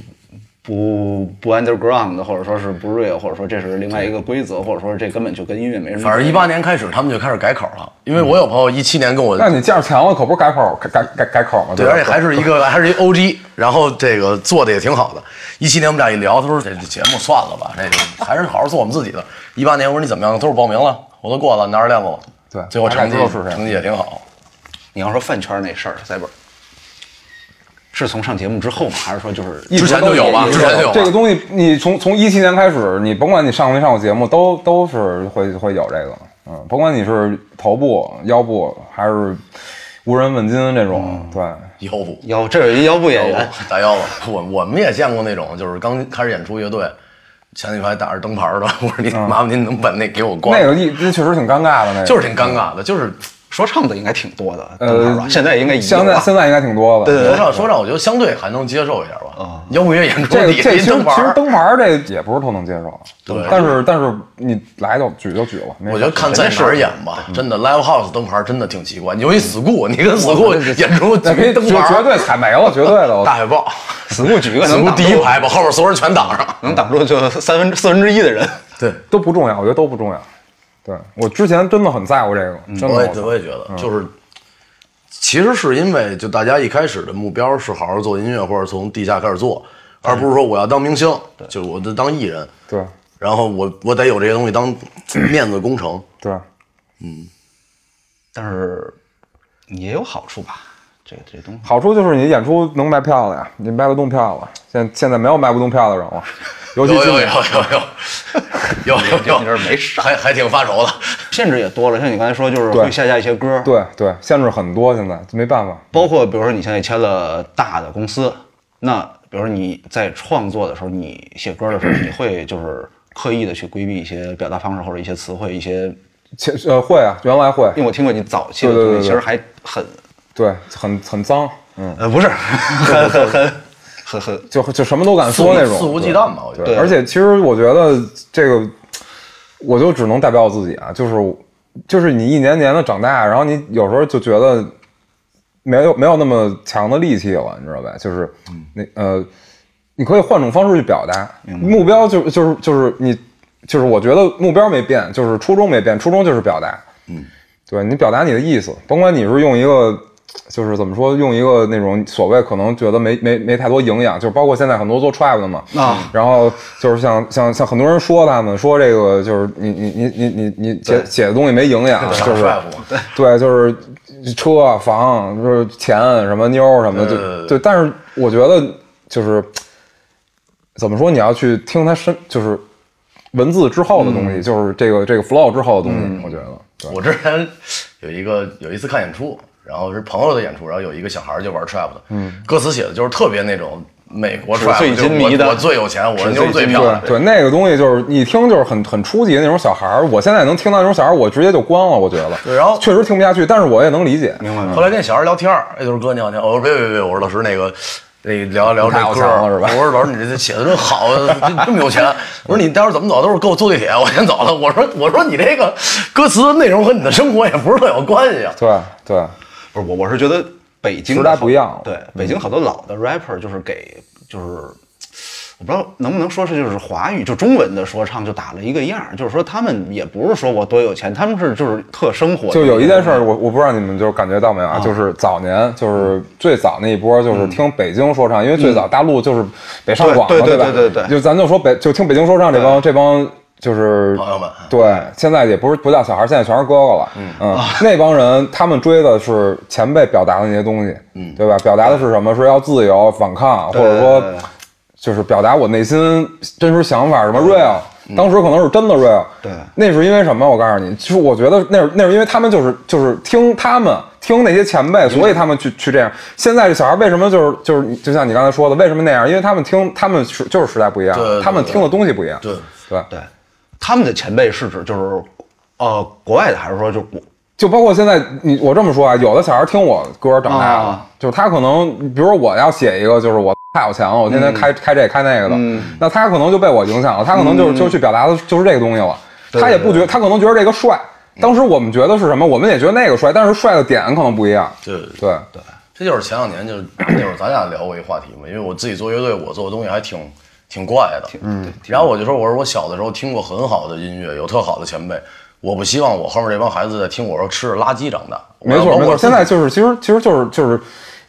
不不 underground 的，或者说是不 real，或者说这是另外一个规则，或者说这根本就跟音乐没什么关系。反正一八年开始，他们就开始改口了，因为我有朋友一七年跟我那你价儿强了，可不是改口改改改改口吗？对，吧而且还是一个还是一 OG，然后这个做的也挺好的。一七年我们俩一聊，他说这节目算了吧，这个还是好好做我们自己的。一八年我说你怎么样？他说我报名了，我都过了，拿着链子了。对最后成绩大概知道是谁成绩也挺好。你要说饭圈那事儿，塞本儿是从上节目之后吗？还是说就是一直之前都就有吧一直之都前就有吧这个东西，你从从一七年开始，你甭管你上没上过节目，都都是会会有这个，嗯，甭管你是头部、腰部还是无人问津这嗯种，对，以后不哦哎腰这有一腰部演员， 大腰子，我我们也见过那种，就是刚开始演出乐队，前几排打着灯牌儿的，我说你麻烦您能把那给我关嗯那了，个一那确实挺尴尬的，那个就是挺尴尬的，就是说唱的应该挺多的，呃灯泡吧现在应该已经啊现在现在应该挺多的。说唱说唱，我觉得相对还能接受一点吧。摇滚乐演出嗯这个底下这一其实灯牌其实儿，灯牌儿这也不是特能接受，对但是但是你来就举就举了，没我觉得看在哪儿演吧，嗯真的 live house 灯牌儿真的挺奇怪。尤其 school，你跟 school 演出那举一灯牌绝儿，对踩没了，绝对 的。我大海报死路举个能，school 挡第一住排把后边所有人全挡上。能挡住就三分之四分之一的人。对，都不重要，我觉得都不重要。对我之前真的很在乎这个，真的嗯我也我操。我也觉得，就是其实是因为就大家一开始的目标是好好做音乐，或者从地下开始做，而不是说我要当明星，就是我得当艺人，对然后我我得有这些东西当面子工程。对，但是也有好处吧，这这东西。好处就是你演出能卖票了呀，你卖不动票了。现现在没有卖不动票的人 了，尤有其有今有有年有有有有，你这没事还还挺发愁的。限制也多了，像你刚才说，就是对会下架一些歌，，对对限制很多，现在没办法。包括比如说你现在签了大的公司，那比如说你在创作的时候，你写歌的时候，你会就是刻意的去规避一些表达方式或者一些词汇，一些，其呃会啊，原来会因，为我听过你早期的东西，对对对对其实还很，对，很很脏，嗯，呃，不是，很很很很很，就就什么都敢说那种，肆无忌对惮吧，我觉得。对，对而且其实我觉得这个，我就只能代表我自己啊，就是就是你一年年的长大，然后你有时候就觉得没有没有那么强的力气了，你知道吧？就是那呃，你可以换种方式去表达，目标就就是就是你就是我觉得目标没变，就是初衷没变，初衷就是表达，嗯，对你表达你的意思，甭管你是用一个。就是怎么说，用一个那种所谓可能觉得没没没太多营养，就是包括现在很多做 trap 的嘛，啊然后就是像像像很多人说他们说这个就是你你你你你你写写的东西没营养，傻就是帅不嘛对，就是车房就是钱什么妞儿什么的，对就对对对。但是我觉得就是怎么说，你要去听他深，就是文字之后的东嗯西，就是这个这个 flow 之后的东西，我觉得对我之前有一个有一次看演出，然后是朋友的演出，然后有一个小孩儿就玩 trap 的，嗯，歌词写的就是特别那种美国纸 trap，醉就是金我迷的我最有钱，我纸醉妞儿最金迷漂亮对，对，那个东西就是你一听就是很很初级的那种小孩儿。我现在能听到那种小孩儿，我直接就关了，我觉得。对然后确实听不下去，但是我也能理解。明白吗？后来跟小孩聊天儿，哎，就是哥你好你好，我说别别别，我说老师那个。那聊一聊这太有歌钱了儿是吧我说老师你这写的真好， 这这么有钱。我说你待会儿怎么走？他说跟我坐地铁，我先走了。我说我说你这个歌词内容和你的生活也不是特有关系啊。对对，不是我，我是觉得北京时代的好不一样了嗯对，北京好多老的 rapper 就是给就是，我不知道能不能说是就是华语就中文的说唱就打了一个样儿，就是说他们也不是说我多有钱，他们是就是特生活的那种。就有一件事儿，我我不知道你们就是感觉到没有啊？就是早年，就是最早那一波，就是听北京说唱，因为最早大陆就是北上广嗯嘛，对对吧？对对对对就咱就说北，就听北京说唱这帮这帮。就是啊朋友们嗯对，现在也不是不叫小孩，现在全是哥哥了。嗯 那帮人他们追的是前辈表达的那些东西，嗯，对吧？表达的是什么？是要自由、反抗，或对者说对对就是表达我内心真实想法，什么 real，、当时可能是真的 real。对那是因为什么？我告诉你，就是我觉得那是那是因为他们就是就是听他们听那些前辈，所以他们去去这样。现在这小孩为什么就是就是就像你刚才说的，为什么那样？因为他们听他们是就是时代不一样对对，对他们听的东西不一样。对对，对他们的前辈是指就是呃国外的，还是说就国就包括现在你我这么说啊，有的小孩听我歌长大的，啊就是他可能，比如说我要写一个，就是我 太有钱了，我天天开、开这开那个的，那他可能就被我影响了，他可能就是、就去表达的就是这个东西了，对他也不对觉他可能觉得这个帅，当时我们觉得是什么，我们也觉得那个帅，但是帅的点可能不一样，对对对这就是前两年就是那会儿咱俩聊过一话题嘛，因为我自己做乐队，我做的东西还挺挺怪的，嗯。然后我就说，我说我小的时候听过很好的音乐，有特好的前辈，我不希望我后面这帮孩子在听我说吃着垃圾长大。没我要错包括没错，我自现己在就是其实其实就是就是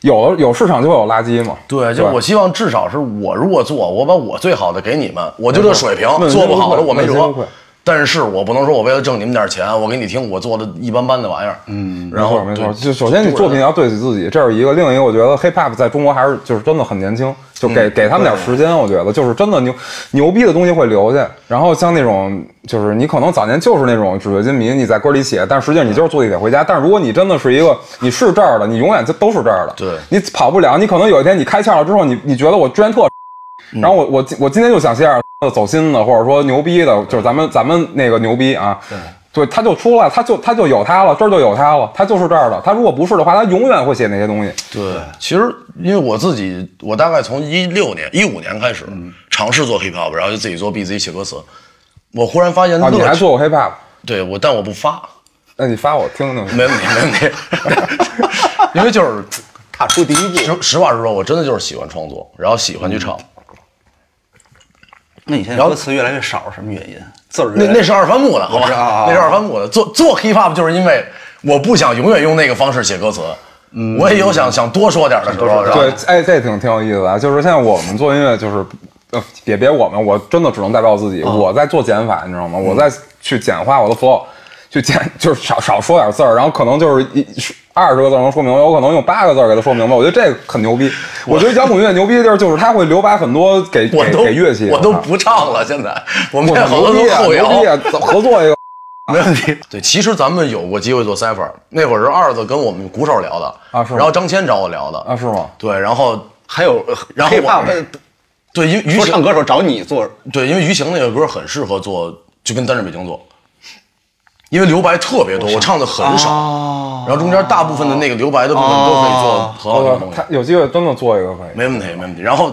有有市场就会有垃圾嘛，对，就是我希望至少是我如果做，我把我最好的给你们，我就这水平问，心做不无好愧了我没问心无辙愧。但是我不能说我为了挣你们点钱，我给你听我做的一般般的玩意儿，嗯，然后没错没错，对就首先你作品要对得起自己，这是一个；另一个，我觉得 hip hop 在中国还是就是真的很年轻，就嗯给、给他们点时间，我觉得就是真的牛牛逼的东西会留下。然后像那种就是你可能早年就是那种纸醉金迷，你在歌里写，但实际上你就是坐地铁回家。但如果你真的是一个你是这儿的，你永远就都是这儿的，对你跑不了。你可能有一天你开窍了之后，你你觉得我之前特。然后我我今我今天就想写点儿走心的，或者说牛逼的，就是咱们咱们那个牛逼啊。对，他就出来，他就他就有他了，这儿就有他了，他就是这儿的。他如果不是的话，他永远会写那些东西。对，其实因为我自己，我大概从一六年、一五年开始、嗯尝试做 hip hop，然后就自己做 B 自己写歌词。我忽然发现啊，你乐还趣，做过 hiphop？对我，但我不发，那你发我听听。没问题，没问 题。 因为就是踏出第一步。实实话实说，我真的就是喜欢创作，然后喜欢去唱。那你现在歌词越来越少，什么原因？字儿越那来那是二番木的，好吧我知道啊啊？那是二番木的。做做 hip hop 就是因为我不想永远用那个方式写歌词，嗯我也有想想多说点的时候。然后对，哎，这挺挺有意思的啊。就是现在我们做音乐，就是呃，也别我们，我真的只能代表自己。哦我在做减法，你知道吗？我在去简化我的 flow，去简 就是少少说点字儿，然后可能就是一二十个字能说明白，我可能用八个字给它说明白。我觉得这个很牛逼。我觉得摇滚乐牛逼的地儿就是它会留白很多给我给都给乐器。啊我都不唱了。 现在我们我现在好多牛都逼啊，后牛摇逼。啊！合作一个，没问 题。 对，其实咱们有过机会做 cipher，那会儿是二子跟我们鼓手聊的啊是吗然后张谦找我聊的啊呃是吗对，然后还有，然后我 hiphop 对于于说唱行，歌手找你做，对，因为于行那个歌很适合做，就跟单着北京做，因为留白特别多，我唱的很少，啊然后中间大部分的那个留白的部分都可以做很好的东西他，有机会真的做一个可以。没问题，没问题。然后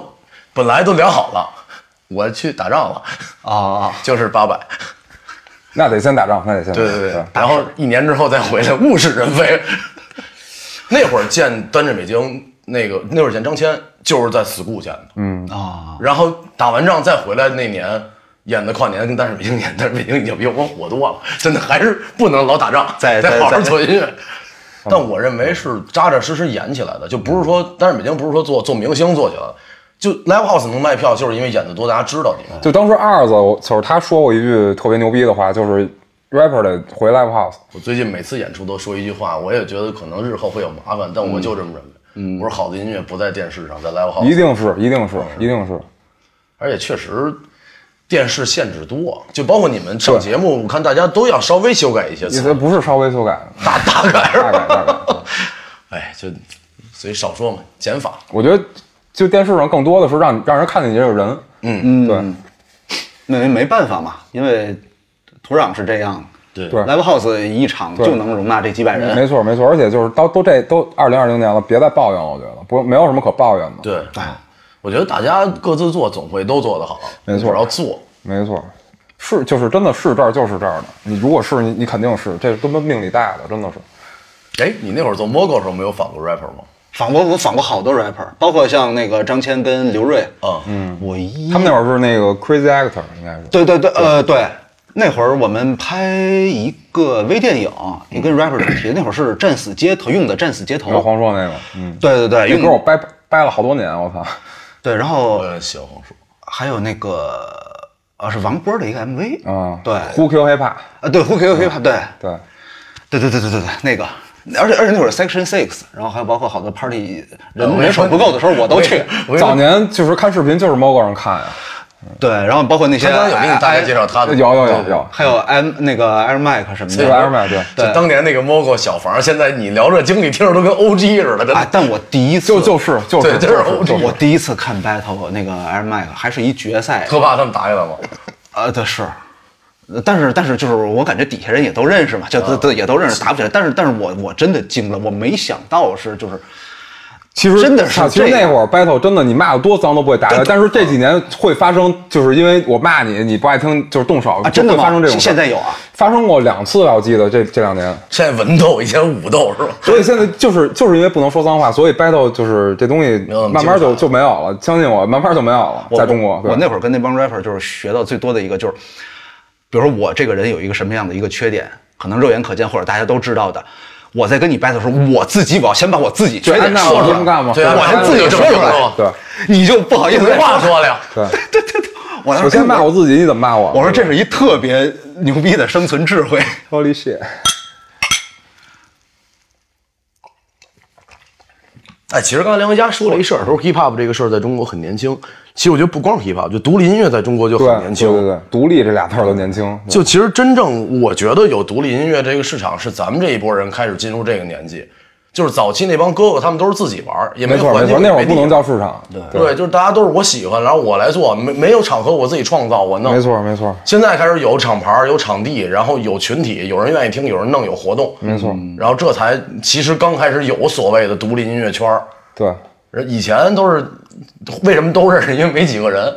本来都聊好了，我去打仗了，啊，就是八百。那得先打仗，那得先打对仗对对，然后一年之后再回来，物是人非。 那会儿见单振北京，那个那会儿见张谦，就是在 school 见的。嗯啊，然后打完仗再回来那年演的跨年跟单振北京演，单振北京已经比我火多了，真的还是不能老打仗，在得在好好在做音乐。但我认为是扎扎实实演起来的，就不是说单振北京不是说做做明星做起来的，就 live house 能卖票，就是因为演的多，大家知道你。就当时二子，我就是他说过一句特别牛逼的话，就是 rapper 得回 live house。我最近每次演出都说一句话，我也觉得可能日后会有麻烦，但我就这么认为。嗯，我说好的音乐不在电视上，在 live 一 house，定是，一定是，一定是。而且确实电视限制多，就包括你们上节目，我看大家都要稍微修改一些你词，这不是稍微修改，大大概是大改大 改吧？。 哎，就所以少说嘛，减法。我觉得，就电视上更多的是让让人看见你这个人。嗯，对，那没办法嘛，因为土壤是这样。对对 Live House 一场就能容纳这几百人，没错没错。而且就是都都这都二零二零年了，别再抱怨了，我觉得不没有什么可抱怨的。，对，嗯我觉得大家各自做，总会都做得好。没错主要做。没错，是就是真的是这儿就是这儿的。你如果是你，你肯定是这根本命里带的，真的是。哎，你那会儿做 Mogo 的时候没有反过 rapper 吗？仿佛我仿过好多 rapper，包括像那个张谦跟刘瑞，啊，嗯，我一他们那会儿是那个 Crazy Actor，应该是。对对对，呃对，那会儿我们拍一个微电影，也跟 rapper 主题，那会儿是战死街头用的战死街然后头，黄硕嗯那个，嗯，对对对，那歌我用掰掰了好多年，我操。对，然后我也喜欢黄叔。还有那个呃是王波的一个 MV 啊，对，Who Q Hiphop，啊对，Who Q Hip Hop 对。对，对对对对对对，那个，而且而且那会儿 Section Six，然后还有包括好多 party 呃人人手不够的时候我都 去，早年就是看视频就是猫哥上看呀，对，然后包括那些哎他刚刚有给你大概介绍他的，哎有有有对有，还有 M 那个 Air Mac 什么这的个 Air Mac 对，对就当年那个 Mogo 小房，现在你聊这经历，听着都跟 OG 似的，真啊哎的。，但我第一次就就是就是对就是是就欧弟是我第一次看 battle 那个 Air Mac 还是一决赛，特怕他们打起来吗？呃，对是。呃但是但是就是我感觉底下人也都认识嘛，呃就都都也都认识，打不起来。但是但是我我真的惊了，我没想到是就是，其实真的是操其实这那样会儿 battle 真的你骂的多脏都不会打的，但是这几年会发生，就是因为我骂你，你不爱听，就是动手啊真的就吗会发生这种事儿，现在有啊发生过两次吧，我记得这这两年，现在文斗，以前武斗是吧？所以现在就是就是因为不能说脏话，所以 battle 就是这东西有那么慢慢精就彩就没有了，相信我，慢慢就没有了，我在中国，我我对那会儿跟那帮 rapper 就是学到最多的一个就是，比如说我这个人有一个什么样的一个缺点，可能肉眼可见或者大家都知道的。我在跟你 battle 的时候，我自己我要先把我自己缺就按点照说我出这来，么干嘛对啊我按先照自己我这说么出干来嘛，对，你就不好哎意思没话说了呀。对，我当时我先骂我自己，你怎么骂我？我说这是一特别牛逼的生存智慧。 Holy shit！哎，其实刚才梁维嘉说了一事儿，说 hip hop 这个事儿在中国很年轻。其实我觉得不光是 hip hop，就独立音乐在中国就很对，啊年轻。嗯对对对，独立这俩字儿都年轻。就其实真正我觉得有独立音乐这个市场，是咱们这一波人开始进入这个年纪，就是早期那帮哥哥他们都是自己玩儿，也没错环没境，错，那会也儿没不地方能叫市场，对，就是大家都是我喜欢，然后我来做，没没有场合我自己创造，我弄。没错没错，现在开始有厂牌儿、有场地，然后有群体，有人愿意听，有人弄，有活动，没错。然后这才其实刚开始有所谓的独立音乐圈儿，对。人以前都是为什么都认识？因为没几个人。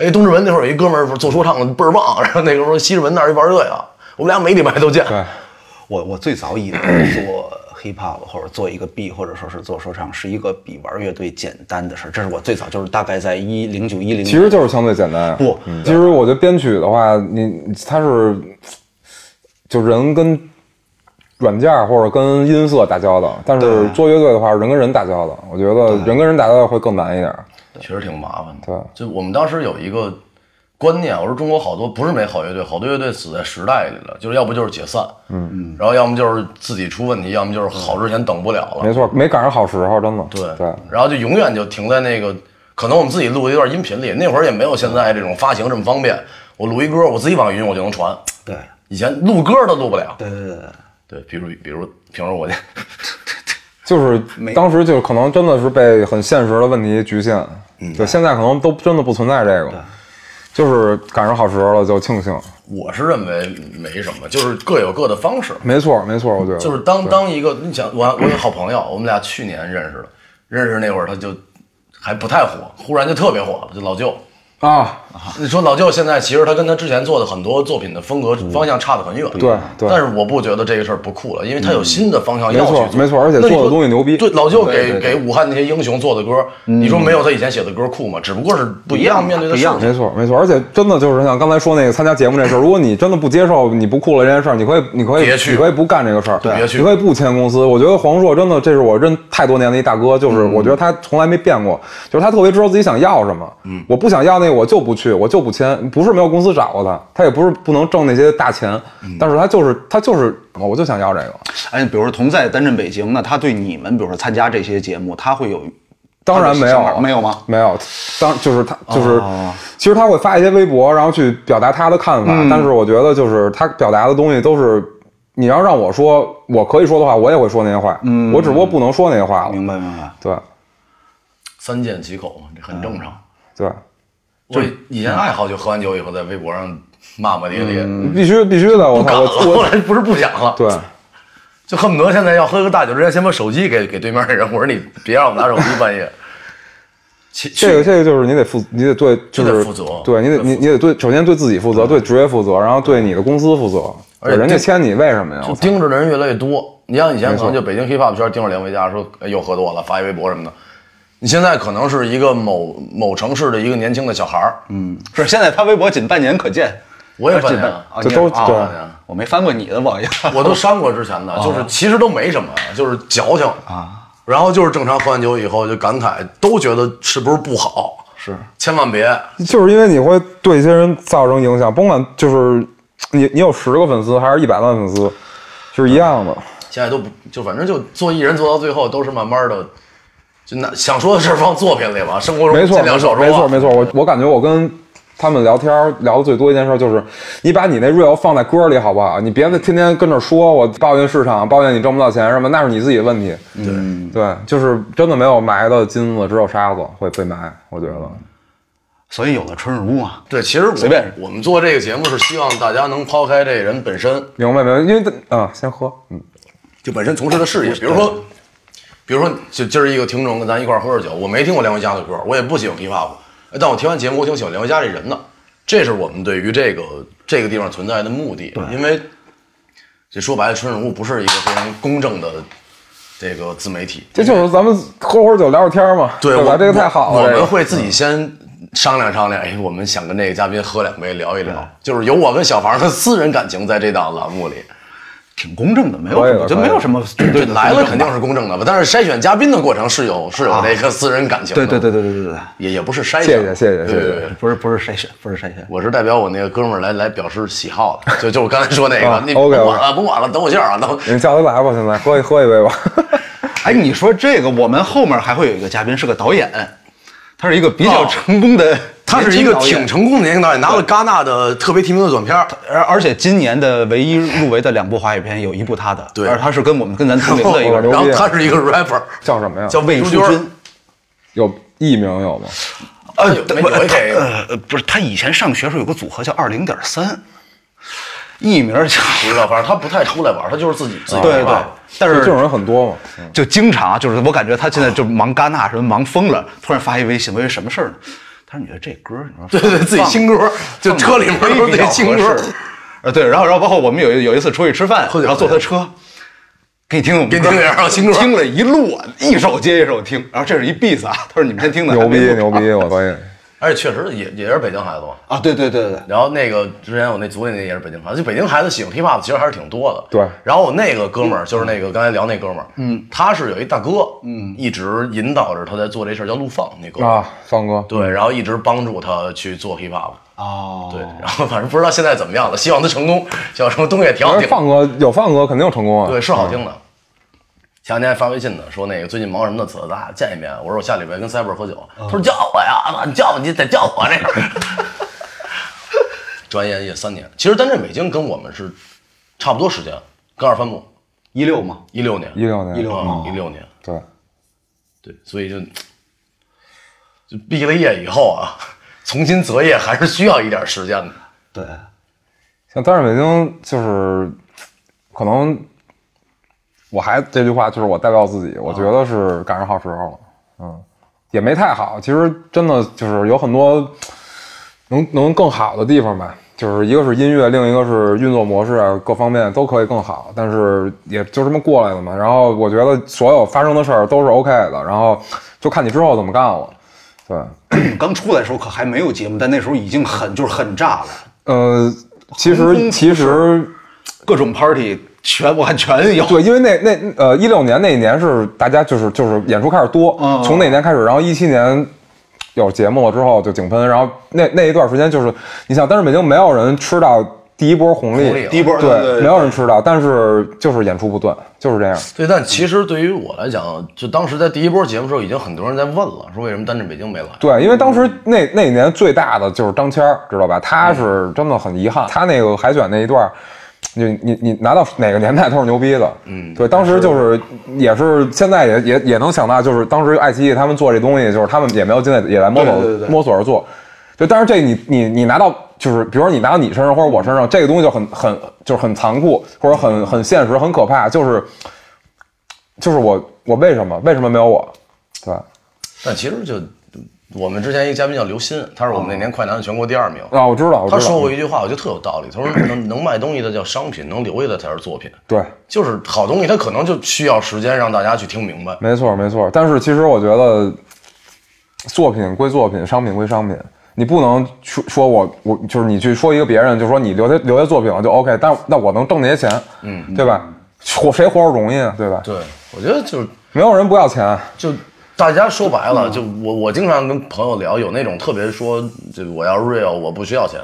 哎，东直门那会儿有一哥们儿做说唱的倍儿棒，然后那个时候西直门那儿一玩这个，我们俩每礼拜都见。对我我最早以为做 hip hop 或者做一个 B 或者说是做说唱是一个比玩乐队简单的事儿，这是我最早就是大概在一零九一零，其实就是相对简单。不嗯，其实我觉得编曲的话，你它是就人跟软件儿或者跟音色打交道，但是做乐队的话，人跟人打交道，我觉得人跟人打交道会更难一点。确实挺麻烦的。对，就我们当时有一个观念，我说中国好多不是没好乐队，好多乐队死在时代里了，就是要不就是解散，嗯，然后要么就是自己出问题，要么就是好之前等不了了。没错，没赶上好时候，真的。对对，然后就永远就停在那个，可能我们自己录一段音频里，那会儿也没有现在这种发行这么方便。我录一歌，我自己往云我就能传，对以前录歌都录不了。对对对对，对，比如比如平时我就就是当时就是可能真的是被很现实的问题局限。对，现在可能都真的不存在这个，就是赶上好时候了就庆幸。我是认为没什么，就是各有各的方式。没错，没错，我觉得就是当当一个，你想我我有个好朋友，我们俩去年认识的，认识那会儿他就还不太火，忽然就特别火了，就老舅。啊，你说老舅现在其实他跟他之前做的很多作品的风格方向差得很远，嗯对对嗯但是我不觉得这个事儿不酷了，因为他有新的方向没要去错做没错，而且那你做的说东西牛逼。对，老舅给给武汉那些英雄做的歌，你嗯说没有他以前写的歌酷吗？只不过是不一样面对的不一事样情。没错，没错，而且真的就是像刚才说那个参加节目这事儿，如果你真的不接受，你不酷了这件事儿，你可以，你可以别，去你可以不干这个事儿，对别去你可以不签公司。我觉得黄硕真的，这是我认太多年的一大哥，就是我觉得他从来没变过，就是他特别知道自己想要什么。嗯，我不想要那个，我就不去，我就不签，不是没有公司找过他，他也不是不能挣那些大钱，但是他就是他就是，哦我就想要这个。哎，比如说同在单镇北京呢，他对你们比如说参加这些节目，他会有当然没他的想法有，没有吗？没有，当就是他就是，其实他会发一些微博，然后去表达他的看法，但是我觉得就是他表达的东西都是，你要让我说我可以说的话，我也会说那些话，我只不过不能说那些话了。明白明白，对三缄其口嘛，这很正常。对，我以前爱好就喝完酒以后在微博上骂骂咧咧，必须必须的，我不敢操了。嗯我我 后来不是不想了，对就恨不得现在要喝个大酒之前，先把手机给给对面的人，我说你别让我拿手机半夜。其这个去这个就是你得负，你得对就这是得负责对你得这得负责你你得对，首先对自己负责，对职业负责，然后对你的公司负责。而且人家对签你为什么呀？就我操盯着的人越来越多。你像以前可能就北京 hiphop 圈盯着连回家说哎又喝多了，发一微博什么的。你现在可能是一个某某城市的一个年轻的小孩儿，嗯，是现在他微博仅半年可见，我也仅半年半啊啊这你都啊对我没翻过你的网页， 我都删过之前哦的，就是其实都没什么，就是矫情啊。然后就是正常喝完酒以后就感慨，都觉得是不是不好？是，千万别。就是因为你会对一些人造成影响，甭管就是你你有十个粉丝还是一百万粉丝，就是一样的。现在都不就反正就做艺人做到最后都是慢慢的，就那想说的事儿放作品里 吧，生活没中错，尽没量错，少说没错，话。没错。我我感觉我跟他们聊天儿聊的最多一件事就是，你把你那 real 放在歌里好不好？你别天天跟着说我抱怨市场，抱怨你挣不到钱什么，那是你自己的问题。嗯对对，就是真的没有埋的金子，只有沙子会被埋。我觉得，所以有了春日啊屋嘛。对，其实我随便我们做这个节目是希望大家能抛开这个人本身，明白明白，因为啊、先喝，嗯，就本身从事的事业，比如说，比如说，就今儿一个听众跟咱一块儿喝着酒，我没听过梁回家的歌，我也不喜欢 hiphop，哎但我听完节目，我挺喜欢梁回家这人的，这是我们对于这个这个地方存在的目的，因为这说白了，春日屋不是一个非常公正的这个自媒体，这就是咱们喝会儿酒聊聊天儿嘛，对吧？我这个太好我了，这们个嗯会自己先商量商量，哎，我们想跟这个嘉宾喝两杯，聊一聊，就是有我跟小房的私人感情在这档栏目里。挺公正的，没有，可以了我觉得没有什么绝对对，的来了公肯正定吧啊是公正的吧，但是筛选嘉宾的过程是有是有那个私人感情的，对对对，对对对对，也也不是筛谢选，谢谢对谢谢谢对对不是不是筛选，不是筛选，我是代表我那个哥们儿来来表示喜好的，就就我刚才说那个，啊你不 OK，OK 管了不管了，等我信儿啊，等我 你叫他来吧，现在喝一喝一杯吧。哎，你说这个，我们后面还会有一个嘉宾是个导演，他是一个比较哦成功的他是一个挺成功的年轻导演，拿了戛纳的特别提名的短片儿。而而且今年的唯一入围的两部华语片有一部他的，对而他是跟我们跟咱同龄的 一个啊人然后他是一个 rapper，叫什么呀？叫魏淑朱军君。有艺名有吗？呃，没有没给呃，不是，他以前上学时候有个组合叫二零点三，艺名 叫不知道，反正他不太出来玩，他就是自己自己对对玩，但就是这种人很多 嘛。就经常啊就是我感觉他现在就忙戛纳什么忙疯了，突然发一微信，我以为什么事儿呢？他说你觉得这歌儿，你说对对对，自己新歌， 就车里面都是比较那新合歌适。。呃，对，然后然后包括我们有一有一次出去吃饭，喝酒然后坐他车，给你听我们给你歌听点儿新歌 听了一路啊，一首接一首听。然后这是一 beat 啊，他说你们先听的，牛逼还没录牛逼，我可以。而且确实也也是北京孩子嘛。啊！对对对对对，然后那个之前我那组里那也是北京孩子，就北京孩子喜欢 hiphop 其实还是挺多的。对然后我那个哥们儿就是那个刚才聊那哥们儿，嗯，他是有一大哥，嗯，一直引导着他在做这事儿，叫陆放那哥们儿。啊，方哥，对，然后一直帮助他去做 hiphop，哦，对，然后反正不知道现在怎么样了，希望他成功，希望什么东西也挺好而听的，放哥有放哥肯定成功啊。对，是好听的。嗯前两天还发微信呢，说那个最近忙什么呢？咱俩见一面。我说我下礼拜跟 Cyber 喝酒，他说叫我呀，你叫我你得叫我这个。 转眼也三年，其实咱这北京跟我们是差不多时间，跟二番木一六嘛，一六年，一六年，一六啊嘛，一六年，对，对，所以就就毕了业以后啊，重新择业还是需要一点时间的。对，像但是北京就是可能，我还这句话就是我代表自己，我觉得是赶上好时候了，嗯，也没太好。其实真的就是有很多能能更好的地方吧，就是一个是音乐，另一个是运作模式啊，各方面都可以更好。但是也就这么过来了嘛。然后我觉得所有发生的事儿都是 OK 的，然后就看你之后怎么干了。对，刚出来的时候可还没有节目，但那时候已经很就是很炸了，呃，其轰轰实不其实。各种 party 全我看全有，对，因为那那呃一六年那一年是大家就是就是演出开始多，嗯嗯从那年开始，然后一七年有节目了之后就井喷，然后那那一段时间就是你想，但是北京没有人吃到第一波红利，红利第一波对，对没有人吃到，但是就是演出不断，就是这样。对，但其实对于我来讲，就当时在第一波节目的时候，已经很多人在问了，说为什么单振北京没来？对，因为当时那那一年最大的就是张谦儿，知道吧？他是真的很遗憾，他那个海选那一段儿，你你你拿到哪个年代都是牛逼的。嗯，对，当时就是也是现在也也也能想到，就是当时爱奇艺他们做这东西，就是他们也没有进来，也在摸索对对对对摸索着做。就但是这你你你拿到就是，比如说你拿到你身上或者我身上，这个东西就很很就是很残酷，或者很很现实，很可怕，就是就是我我为什么为什么没有我？对。但其实就我们之前一个嘉宾叫刘鑫，他是我们那年快男的全国第二名。啊，我知道，我知道。他说过一句话，我觉得特有道理。他说能能卖东西的叫商品，能留下的才是作品。对，就是好东西，它可能就需要时间让大家去听明白。没错，没错。但是其实我觉得，作品归作品，商品归商品，你不能说说我我就是你去说一个别人，就说你留下留下作品了就 OK，但那我能挣那些钱，嗯，对吧？活谁活着容易啊，对吧？对，我觉得就是没有人不要钱，就大家说白了，就我我经常跟朋友聊，有那种特别说，就我要 real，我不需要钱。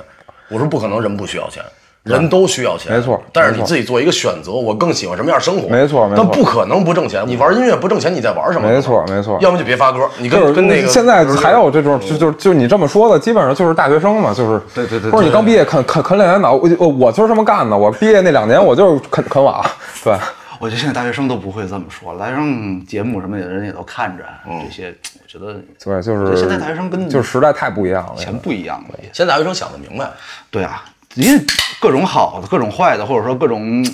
我说不可能，人不需要钱，人都需要钱，没错但是你没错自己做一个选择，我更喜欢什么样生活，没错没错但不可能不挣钱，你玩音乐不挣钱，你在玩什么？没错没错嗯要么就别发歌，你就是跟跟那个现在还有这种，就就就你这么说的，基本上就是大学生嘛，就是对对对或者你对刚毕业啃啃啃两年脑，我就我我就是这么干的，我毕业那两年我就是啃啃瓦，对。我觉得现在大学生都不会这么说了，大学生节目什么的，人也都看着、啊嗯这些，我觉得对，就我觉得是现在大学生跟就是时代太不一样了。钱不一样了也。现在大学生想得明白，对啊，因为各种好的、各种坏的，或者说各种嗯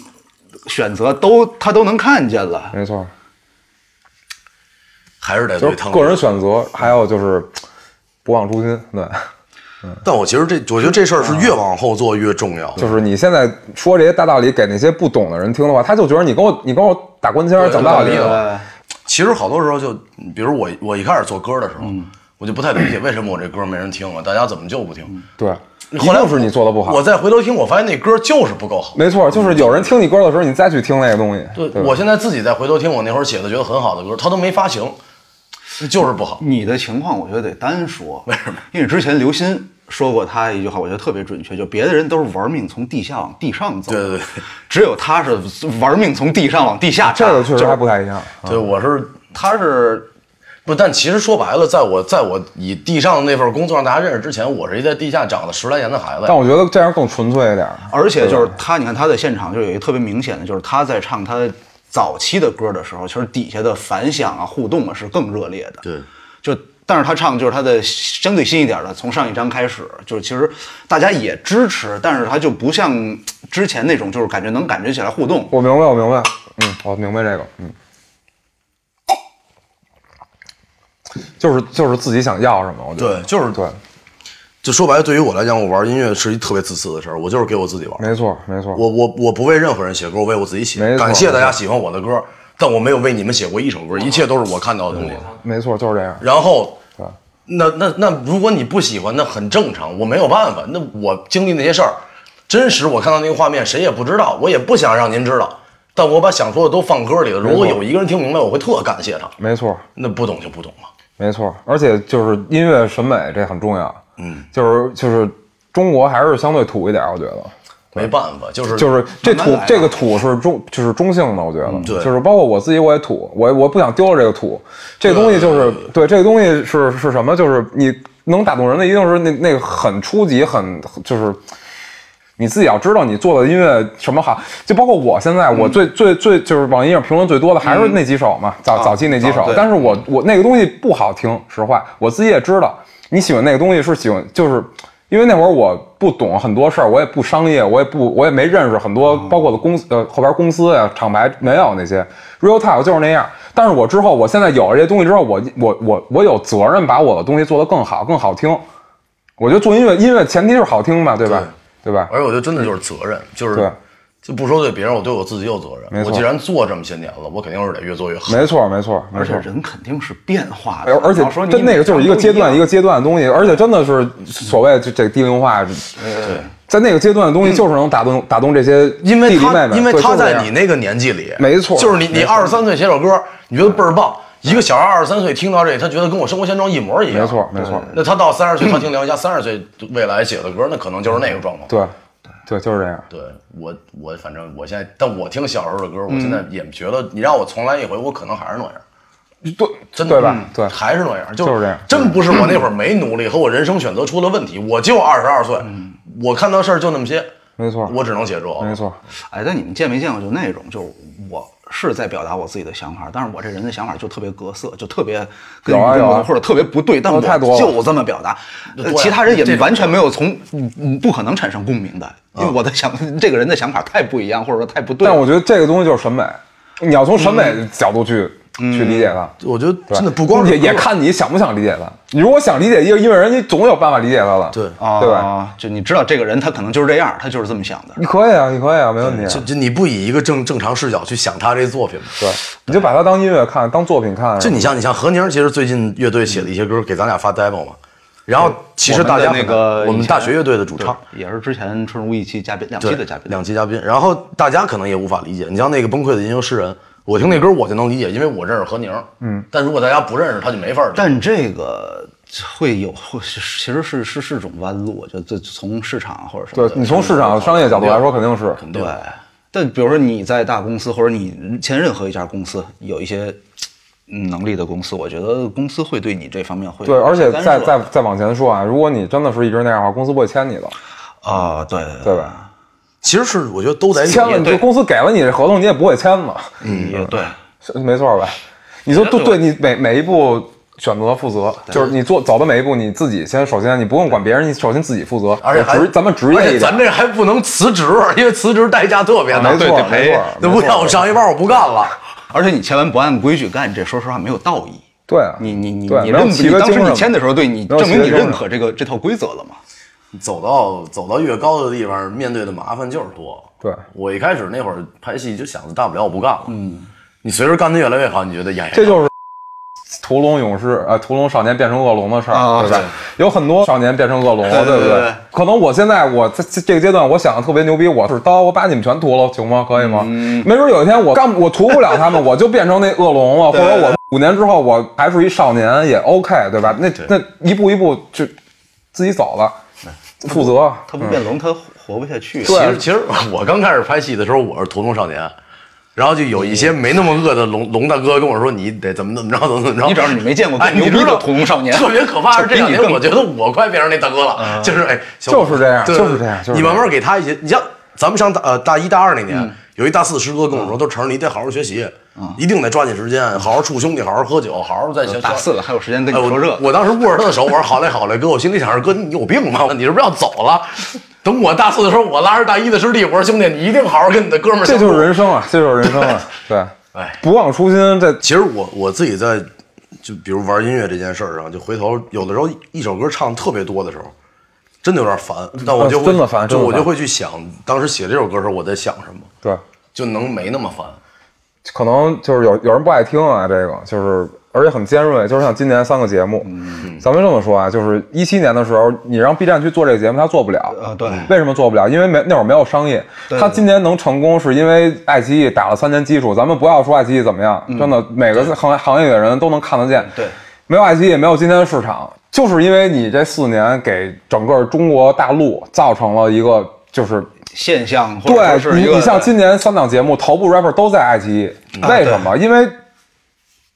选择都他都能看见了。没错，还是得就对是他们个人选择，嗯还有就是不忘初心。对，但我其实这，我觉得这事儿是越往后做越重要。就是你现在说这些大道理给那些不懂的人听的话，他就觉得你跟我你跟我打官腔儿对讲道理对了。呃，其实好多时候就，比如我我一开始做歌的时候，嗯我就不太理解为什么我这歌没人听了，大家怎么就不听？对，后来一定是你做的不好我。再回头听，我发现那歌就是不够好。没错，就是有人听你歌的时候，你再去听那个东西。对，对吧我现在自己再回头听我那会儿写的觉得很好的歌，它都没发行，就是不好。你的情况我觉得得单说，为什么？因为之前刘鑫说过他一句话，我觉得特别准确，就别的人都是玩命从地下往地上走，对对对，只有他是玩命从地上往地下这站。个确就实是还不太一样。对，我是他是不，但其实说白了，在我在我以地上的那份工作让大家认识之前，我是一在地下长了十来年的孩子但。我觉得这样更纯粹一点。而且就是他，你看他在现场就有一个特别明显的，就是他在唱他早期的歌的时候，其实底下的反响啊、互动啊是更热烈的。对，就但是他唱就是他的相对新一点的，从上一张开始，就是其实大家也支持，但是他就不像之前那种，就是感觉能感觉起来互动。我明白，我明白，嗯，我明白这个，嗯，就是就是自己想要什么，我觉得对，就是对，就说白了，对于我来讲，我玩音乐是一特别自私的事儿，我就是给我自己玩。没错没错，我我我不为任何人写歌，我为我自己写没。错感谢大家喜欢我的歌，但我没有为你们写过一首歌，一切都是我看到的东西。没错就是这样，然后，那那那，如果你不喜欢，那很正常，我没有办法。那我经历那些事儿，真实我看到那个画面，谁也不知道，我也不想让您知道，但我把想说的都放歌里了。如果有一个人听明白，我会特感谢他。没错那不懂就不懂嘛。没错，而且就是音乐审美这很重要，嗯，就是就是中国还是相对土一点，我觉得，没办法，就是就是这慢土慢来这个土是中就是中性的，我觉得，对就是包括我自己我也土，我我不想丢了这个土，这个东西就是对这个东西是是什么？就是你能打动人的一定是那那个很初级，很就是。你自己要知道你做的音乐什么好，就包括我现在，我最最最就是网易上评论最多的还是那几首嘛，早嗯啊早期那几首对。但是我我那个东西不好听，实话我自己也知道，你喜欢那个东西是喜欢，就是因为那会儿我不懂很多事儿，我也不商业，我也不我也没认识很多，包括的公司呃后边公司呀、厂牌没有那些 real time 就是那样。但是我之后，我现在有了这些东西之后，我我我我有责任把我的东西做得更好、更好听。我觉得做音乐，音乐前提是好听嘛，对吧？对吧？而且我觉得真的就是责任，就是对就不说对别人，我对我自己有责没任。错我既然做这么些年了，我肯定是得越做越好。没错，没错，没而且错。哎人肯定是变化的，而而且老说你真那个就是一个阶段一个个阶段的东西，而且真的是所谓这这低龄化，在那个阶段的东西就是能打动打动这些嗯因为弟弟他妹妹，因为对他就是这在样你那个年纪里，没错就是你你二十三岁写首歌，你觉得倍儿棒。一个小孩二十三岁听到这，他觉得跟我生活现状一模一样。没错没错那他到三十岁，他听梁一家三十岁未来写的歌，那可能就是那个状况。对对就是这样。对，我我反正我现在，但我听小时候的歌，我现在也觉得，你让我重来一回，我可能还是那样。对，真的对吧嗯？对，还是那样，就就是这样真不是我那会儿没努力和我人生选择出了问题，我就二十二岁，我看到事儿就那么些，没错我只能接受。没，错，哎，但你们见没见过就那种，就是我是在表达我自己的想法，但是我这人的想法就特别格色，就特别跟有啊与众不有啊同或者特别不对，但有我太多了就这么表达，呃对啊其他人这也种完全没有从嗯嗯不可能产生共鸣的，因为我的想这个人的想法太不一样，或者说太不对。嗯但我觉得这个东西就是审美，你要从审美角度去去理解它。我觉得对吧嗯真的不光是也也歌看你想不想理解它。你如果想理解一个音乐人，你总有办法理解他的。对啊，对吧？？就你知道这个人他可能就是这样，他就是这么想的。你可以啊，你可以啊，没问题啊。嗯就就你不以一个正正常视角去想他这作品吗？对，你就把它当音乐看，当作品看。就你像你像何宁，其实最近乐队写的一些歌给咱俩发 demo 嘛，然后其实大家我们的那可个能我们大学乐队的主对唱。也是之前春如一期嘉宾两对期的嘉宾，两期嘉宾。然后大家可能也无法理解，你像那个崩溃的吟游诗人，我听那歌我就能理解，因为我认识何宁。嗯，但如果大家不认识，他就没法儿理解。但这个会有，会是其实是是是种弯路，我觉得这从市场或者什么对的你从市场商业角度来说，肯定是对。但比如说你在大公司，或者你签任何一家公司，有一些嗯能力的公司，我觉得公司会对你这方面会对，而且干涉再再再往前说啊，如果你真的是一直那样的话，公司不会签你的，啊，对对？吧？其实是我觉得都得理解签了你就公司给了你这合同，你也不会签嘛。也对，是没错吧？你就对对你每每一步选择负责，就是你做走的每一步，你自己先首先你不用管别人，你首先自己负责。而且还职咱们职而业且一点咱，这还不能辞职，因为辞职代价特别大，啊没错对得赔没错那没不错像我上一班我不干了。而且你签完不按规矩干，这说实话没有道义。对啊，你你你对你没有认企你业当时精你神签的时候，对你没有证明企你业精神认可这个这套规则了吗？ 走到走到越高的地方，面对的麻烦就是多。对我一开始那会儿拍戏就想着大不了我不干了。嗯，你随着干得越来越好，你觉得演员这就是屠龙勇士啊，呃屠龙少年变成恶龙的事啊儿，对吧对？有很多少年变成恶龙了，对不对对对？可能我现在我在这这个阶段，我想的特别牛逼，我是刀，我把你们全屠了，行吗？可以吗？嗯没准有一天我干我屠不了他们，我就变成那恶龙了，或者我五年之后我还是一少年也 OK，对吧？那那一步一步就自己走了，负责。嗯他不变聋，他活不下去。啊其实其实我刚开始拍戏的时候，我是《屠龙少年》，然后就有一些没那么饿的龙龙大哥跟我说，你得怎么怎么着，怎么怎么着。你找你没见过哎，更牛你逼知的道屠龙少年 特别可怕是这两就天，比你更啊我觉得我快变成那大哥了，就是哎，小伙子就是这样对就是这样嗯就是你这样慢慢给他一些，你像咱们上大呃大一大二那年，有一大四师哥跟我嗯说，都成你得好好学习，一定得抓紧时间，好好处兄弟，好好喝酒，好好在学。大四呃了还有时间跟你哎说这我。我当时握着他的手，我说好嘞好嘞，哥，我心里想着哥你有病吧？你是不是要走了？ 等我大四的时候，我拉着大一的师弟，我说兄弟，你一定好好跟你的哥们儿。这就是人生啊，这就是人生 啊，对，哎不忘初心，这其实我我自己在就比如玩音乐这件事儿上，就回头有的时候一首歌唱特别多的时候，真的有点烦，但我就会、嗯啊真的烦就我真的就烦会去想当时写这首歌的时候我在想什么，对，就能没那么烦。可能就是有有人不爱听啊，这个就是，而且很尖锐，就是像今年三个节目，嗯咱们这么说啊，就是一七年的时候，你让 B 站去做这个节目，他做不了呃对为什么做不了？因为没那会儿没有商业，对他今年能成功是因为爱奇艺打了三年基础，咱们不要说爱奇艺怎么样，真的每个行行业里的人都能看得见，嗯对。没有爱奇艺，也没有今天的市场，就是因为你这四年给整个中国大陆造成了一个就是现象，或者说对是一你，个嗯你像今年三档节目，头部 rapper 都在爱奇艺，为什么？因为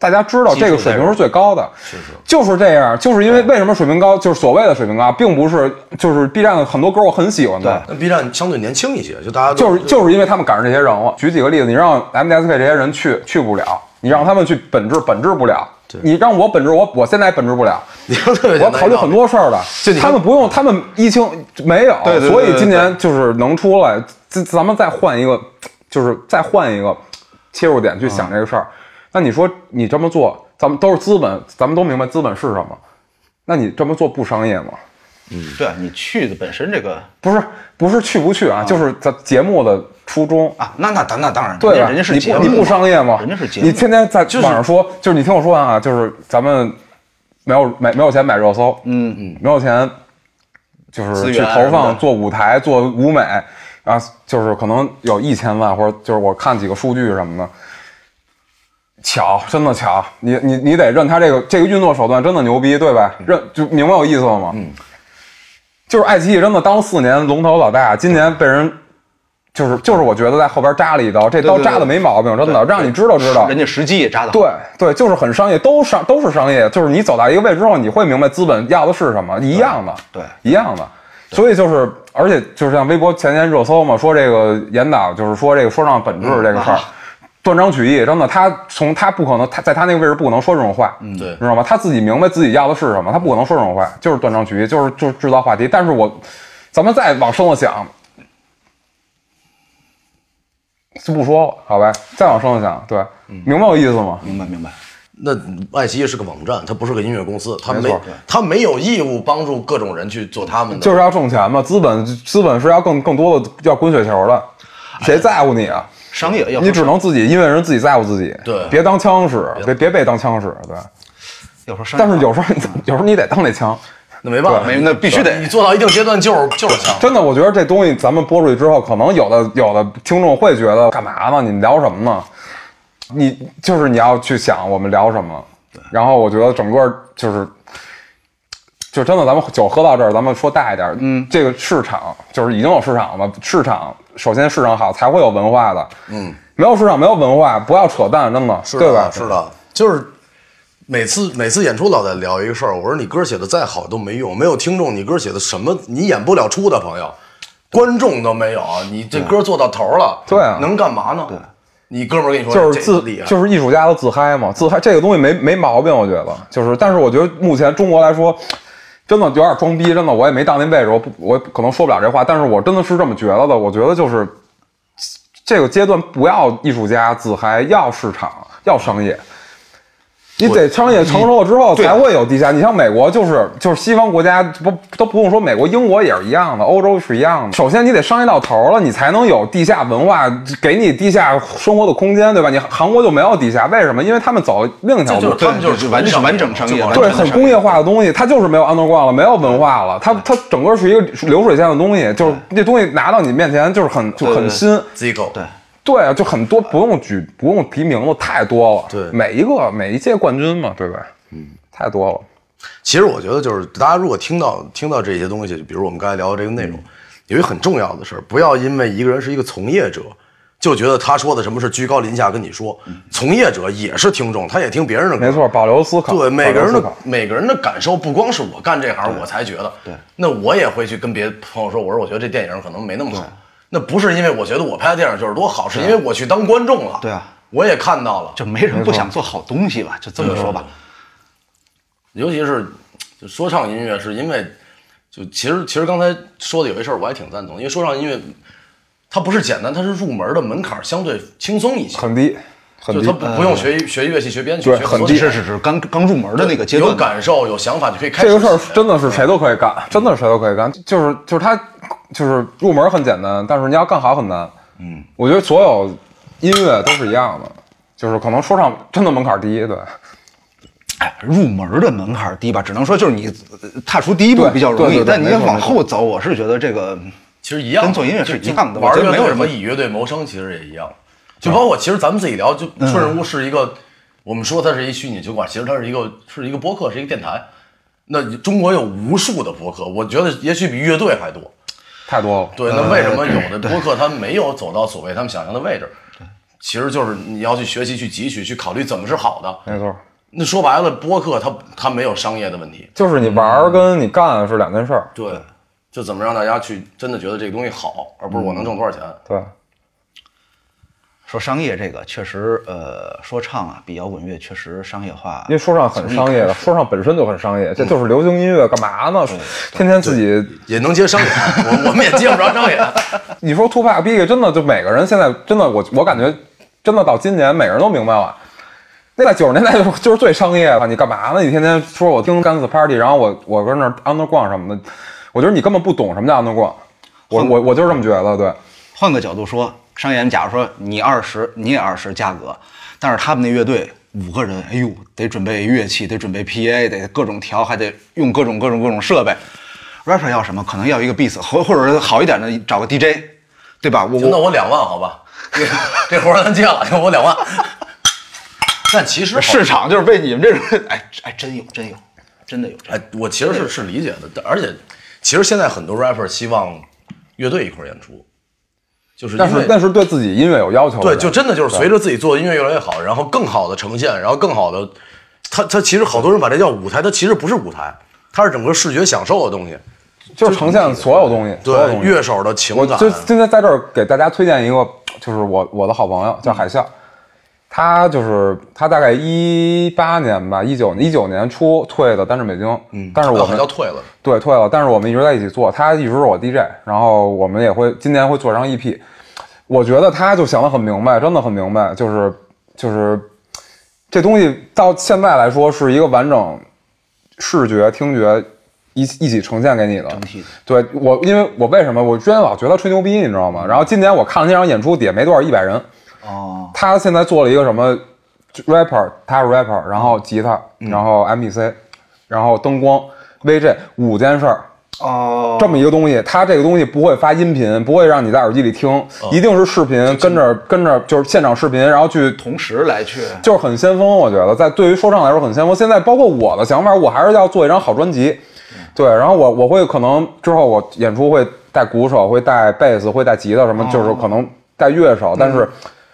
大家知道这个水平是最高的，就是这样，就是因为为什么水平高，就是所谓的水平高，并不是就是 B 站的很多歌我很喜欢的，那 B 站相对年轻一些，就大家都就是就是因为他们赶上这些人了。举几个例子，你让 MSK 这些人去去不了，你让他们去本质本质不了，你让我本质我我现在本质不了，你 说特别我要简单考虑很多事儿的就你，他们不用，他们一清没有，对对对所以今年就是能出来，咱咱们再换一个，就是再换一个切入点去想这个事儿。嗯那你说你这么做，咱们都是资本，咱们都明白资本是什么，那你这么做不商业吗？对你去的本身这个不是，不是去不去嗯啊，就是咱节目的初衷。啊，那那当那当然，对吧？啊人家是你节不目，你不商业吗？人家是节目，你天天在网上说，就是你听我说完啊，就是咱们没有没没有钱买热搜，嗯嗯，没有钱就是资去源啊投什么放的做舞台做舞美，啊，就是可能有一千万，或者就是我看几个数据什么的。巧，真的巧，你你你得认他这个这个运作手段真的牛逼，对吧？认就明白我意思了吗？嗯，就是爱奇艺真的当了四年龙头老大，今年被人就是就是我觉得在后边扎了一刀，这对刀对扎的没毛病，真的让你知道知道。人家实际也扎的，对对，就是很商业，都商都是商业，就是你走到一个位置之后，你会明白资本要的是什么，一样的，对一样的。所以就是，而且就是像微博前年热搜嘛，说这个严导就是说这个说唱本质这个事儿啊，断章取义，真的，他从他不可能，他在他那个位置不可能说这种话，嗯，对你知道吗？他自己明白自己要的是什么，他不可能说这种话，就是断章取义，就是就是制造话题。但是我，咱们再往深了想，就不说了，好吧？再往深了想，对，明白我意思吗？明白明白，那爱奇艺是个网站，它不是个音乐公司，它没没错它没有义务帮助各种人去做他们的。就是要挣钱嘛，资本资本是要更更多的要滚雪球的，谁在乎你啊？商业要你说只能自己，因为人自己在乎自己，对别当枪使，别别被当枪使，对。要说商业但化，是有时候你有时候你得当那枪，那没办法，对没那必须得你做到一定阶段就是就是强。真的，我觉得这东西咱们播出去之后，可能有的有的听众会觉得干嘛呢？你们聊什么呢？你就是你要去想我们聊什么。然后我觉得整个就是，就真的咱们酒喝到这儿，咱们说大一点，嗯，这个市场就是已经有市场了。市场首先市场好，才会有文化的。嗯，没有市场没有文化，不要扯淡，真啊的，是的，啊对吧？是的，就是每次每次演出老在聊一个事儿，我说你歌写的再好都没用，没有听众，你歌写的什么你演不了出的朋友，观众都没有，啊你这歌做到头了，对啊能干嘛呢？对，你哥们儿跟你说就是这自厉害，就是艺术家的自嗨嘛，自嗨这个东西没没毛病，我觉得就是，但是我觉得目前中国来说，真的有点装逼，真的我也没到那位置，我不我可能说不了这话，但是我真的是这么觉得的，我觉得就是这个阶段不要艺术家自嗨，要市场，要商业。你得商业成熟了之后才会有地下。你像美国就是就是西方国家不都不用说，美国、英国也是一样的，欧洲是一样的。首先你得商业到头了，你才能有地下文化，给你地下生活的空间，对吧？你韩国就没有地下，为什么？因为他们走另一条这路就是。他们对就是完纯完整商业就完完整整对，的很商业工业化的东西，它就是没有 underground 了，没有文化了，它它整个是一个流水线的东西，就是那东西拿到你面前就是很就对很对新， Zico，对，对啊，就很多不用举不用提名字太多了，对每一个每一届冠军嘛，对吧？嗯，太多了。其实我觉得就是大家如果听到听到这些嗯东西，就比如我们刚才聊的这个内容，有一个很重要的事儿，不要因为一个人是一个从业者，就觉得他说的什么是居高临下跟你说，嗯从业者也是听众，他也听别人的歌，没错，保留思考，对，每个保留人思的考每个人的感受，不光是我干这行我才觉得，对，那我也会去跟别的朋友说，我说我觉得这电影可能没那么好，那不是因为我觉得我拍的电影就是多好，是因为我去当观众了，对啊，我也看到了，就没人不想做好东西吧，就这么说吧。尤其是就说唱音乐，是因为就其实其实刚才说的有一事儿我还挺赞同，因为说唱音乐它不是简单，它是入门的门槛儿相对轻松一些，很低，很就低嗯它。不不用学学乐器、学编曲，对学很所有低的是是是，刚刚入门的那个阶段有，感受、有想法，你可以开始这个事儿写真的是谁都可以干，真的是谁都可以干，就是就是他就是入门很简单，但是你要干好很难。嗯，我觉得所有音乐都是一样的，就是可能说唱真的门槛低，对哎，入门的门槛低吧，只能说就是你呃踏出第一步对比较容对易，对对但你没要错往没错后走，我是觉得这个其实一样的，跟做音乐是一样就的玩我觉乐得没队有为什什么么以乐队谋生，其实也一样。就包括其实咱们自己聊，就《嗯顺屋》是一个，我们说它是一虚拟酒馆，其实它是一个是一个播客，是一个电台。那中国有无数的播客，我觉得也许比乐队还多。太多了。对，呃那为什么有的播客它没有走到所谓他们想象的位置？其实就是你要去学习、去汲取、去考虑怎么是好的。没错，那说白了，播客它它没有商业的问题，就是你玩儿跟你干是两件事儿。对，就怎么让大家去真的觉得这个东西好，而不是我能挣多少钱。对，说商业这个确实，呃，说唱啊比摇滚乐确实商业化，因为说唱很商业 的，说唱本身就很商嗯业，这就是流行音乐，干嘛呢？天天自己也能接商演，我我们也接不着 商演。你说 Tupac Big 真的就每个人现在真的我我感觉真的到今年每个人都明白了，那在九十年代就是就是最商业的，你干嘛呢？你天天说我听 Guns Party，然后我我跟那儿 underground 什么的，我觉得你根本不懂什么叫 underground，我我我就是这么觉得，对，换个角度说，商演，假如说你二十，你也二十价格，但是他们那乐队五个人，哎呦，得准备乐器，得准备 PA，得各种调，还得用各种各种各种设备。rapper 要什么？可能要一个 beat，或或者好一点的，找个 DJ，对吧？我行那我我两万好吧，这这活儿咱接了，我两万。但其实好市，场就是被你们这种，哎哎，真有真有，真的有这哎，我其实是是理解的，但而且其实现在很多 rapper 希望乐队一块儿演出，就是但因是为但是对自己音乐有要求的对，人，就真的就是随着自己做的音乐越来越好，然后更好的呈现，然后更好的，他他其实好多人把这叫舞台，它其实不是舞台，它是整个视觉享受的东西，就是呈现所有东西，所有对东西。乐手的情我感。就今天在这儿给大家推荐一个，就是我我的好朋友叫海啸，他就是他大概一八年吧，一九一九年初退的单是北京，嗯，但是我好们像哦退了，对退了，但是我们一直在一起做，他一直是我 DJ，然后我们也会今年会做上 EP，我觉得他就想得很明白，真的很明白，就是就是这东西到现在来说是一个完整视觉、听觉一一起呈现给你的整体的。对我，因为我为什么我之前老觉得他吹牛逼，你知道吗？然后今年我看了那场演出，也没多少，一百人。个哦，他现在做了一个什么就 rapper，他是 rapper，然后吉他，然后 MPC，然后灯光、VJ 五件事儿。哦，这么一个东西，它这个东西不会发音频，不会让你在耳机里听，一定是视频，跟着跟着就是现场视频，然后去同时来去，就是很先锋，我觉得在对于说唱来说很先锋。现在包括我的想法，我还是要做一张好专辑，对。然后我我会可能之后我演出会带鼓手，会带贝斯，会带吉他什么，就是可能带乐手，但是